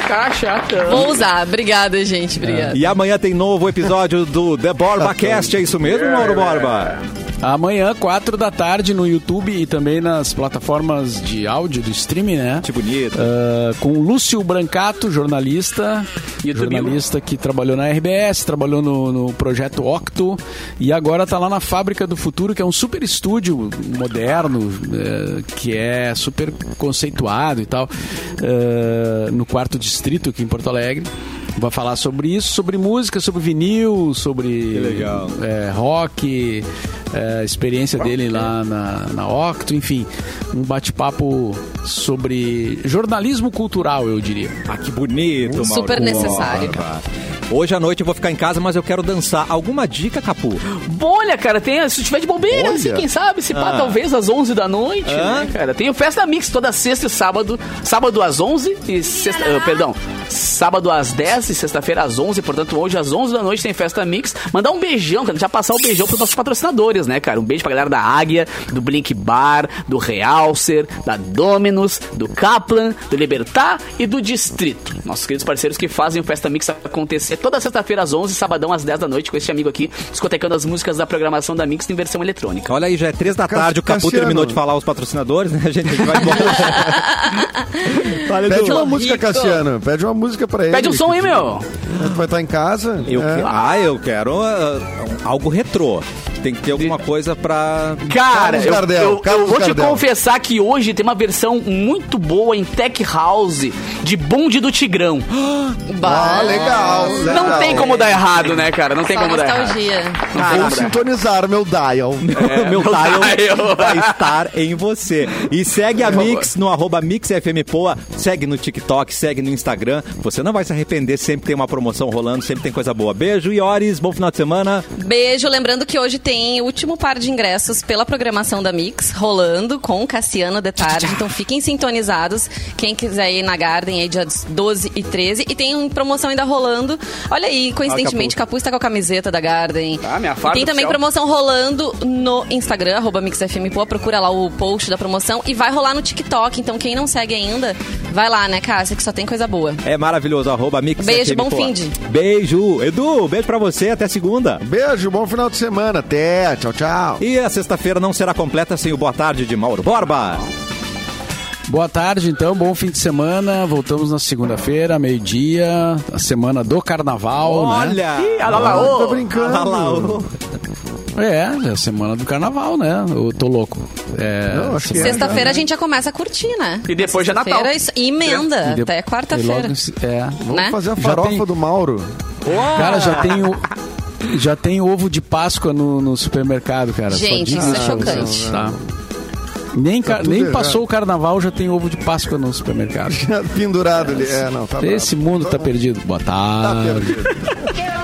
Tá chato.
Vou usar. Obrigada, gente. Obrigada.
e amanhã tem novo episódio do The Borba Cast. É isso mesmo, Mauro Borba?
Amanhã, quatro da tarde, no YouTube e também nas plataformas de áudio do streaming, né?
Que bonito.
Ah, com o Lúcio Brancato, jornalista,
YouTube.
jornalista que trabalhou na RBS, trabalhou no, no projeto Octo e agora está lá na Fábrica do Futuro, que é um super estúdio moderno, eh, que é super conceituado e tal, eh, no quarto distrito aqui em Porto Alegre. Vai falar sobre isso, sobre música, sobre vinil, sobre
legal.
eh, rock, eh, experiência dele lá na, na Octo, enfim, um bate-papo sobre jornalismo cultural, eu diria.
Ah, que bonito, Mauro.
Super necessário.
Borba. Hoje à noite eu vou ficar em casa, mas eu quero dançar. Alguma dica, Capu?
Bolha, cara, tem, se tiver de bobeira, assim, quem sabe, se pá, talvez às 11 da noite,
Ah.
né, cara? Tem o Festa Mix toda sexta e sábado, sábado às 11 e sexta, ah, perdão, sábado às 10 e sexta-feira às 11, portanto hoje às 11 da noite tem Festa Mix. Mandar um beijão, cara, já passar o beijão pros nossos patrocinadores, né, cara? Um beijo pra galera da Águia, do Blink Bar, do Realcer, da Dominus, do Kaplan, do Libertar e do Distrito. Nossos queridos parceiros que fazem o Festa Mix acontecer toda sexta-feira às 11, sabadão às 10 da noite com este amigo aqui, discotecando as músicas da programação da Mix em versão eletrônica.
Olha aí, já é três da
Cass-
tarde, o Capu
Cassiano.
terminou de falar os patrocinadores, né, gente? A gente vai embora. Fala, Edu.
Pede uma música,
rico.
Cassiano. Pede uma música pra ele. É,
Pede um som aí, meu!
Tu vai estar em casa.
Eu,
é.
que- Ah, eu quero ah, algo retrô. Tem que ter alguma coisa pra.
Cara,
Carlos
eu,
Gardel,
eu- eu
Carlos
vou
Gardel.
te confessar que hoje tem uma versão muito boa em Tech House de Bonde do Tigrão.
Ah, legal.
Não tem como dar errado, né, cara? Não tem
Só
como dar errado.
nostalgia.
Não tem
Vou
como dar errado.
sintonizar meu dial.
meu
meu
dial
dial.
vai estar em você. E segue a Mix no arroba MixFMPoa, segue no TikTok, segue no Instagram. Você não vai se arrepender, sempre tem uma promoção rolando, sempre tem coisa boa. Beijo, Ioris, bom final de semana.
Beijo. Lembrando que hoje tem o último par de ingressos pela programação da Mix, rolando com o Cassiano de tarde. Então fiquem sintonizados. Quem quiser ir na Garden aí dias 12 e 13. E tem uma promoção ainda rolando. Olha aí, coincidentemente, Capu está com a camiseta da Garden.
Ah, minha
E
farda
Tem também
oficial.
promoção rolando no Instagram, arroba MixFMPoa. Procura lá o post da promoção. E vai rolar no TikTok. Então quem não segue ainda, vai lá, né, Cássia? Que só tem coisa boa.
É maravilhoso, arroba Mix
Beijo, bom
FMPoa.
fim de.
Beijo, Edu, beijo pra você, até segunda.
Beijo, bom final de semana. Até. Tchau, tchau.
E a sexta-feira não será completa sem o Boa Tarde de Mauro Borba.
Boa tarde, então. Bom fim de semana. Voltamos na segunda-feira, meio-dia. A semana do carnaval, né?
Olha!
Ih, olha lá, ô.
tá brincando.
Alaô.
É, é a semana do carnaval, né? Eu tô louco. É,
Não, acho que é.
Sexta-feira a gente já começa a curtir, né?
E depois já é Natal.
Sexta-feira, isso- E emenda,
e de-
até
e
quarta-feira.
logo em se- É,
Vamos
né?
fazer a
Já
farofa
tem-
do Mauro.
Cara, já tem o- Já tem ovo de Páscoa no, no supermercado, cara. Só
Gente,
digo
isso é
pra
chocante.
vocês, tá? Nem, ca-
Tá tudo
nem
errado.
passou o carnaval, já tem ovo de Páscoa no supermercado.
Pendurado ali. É, não, tá
Esse mundo tá perdido. Boa tarde.
bravo. Tá perdido.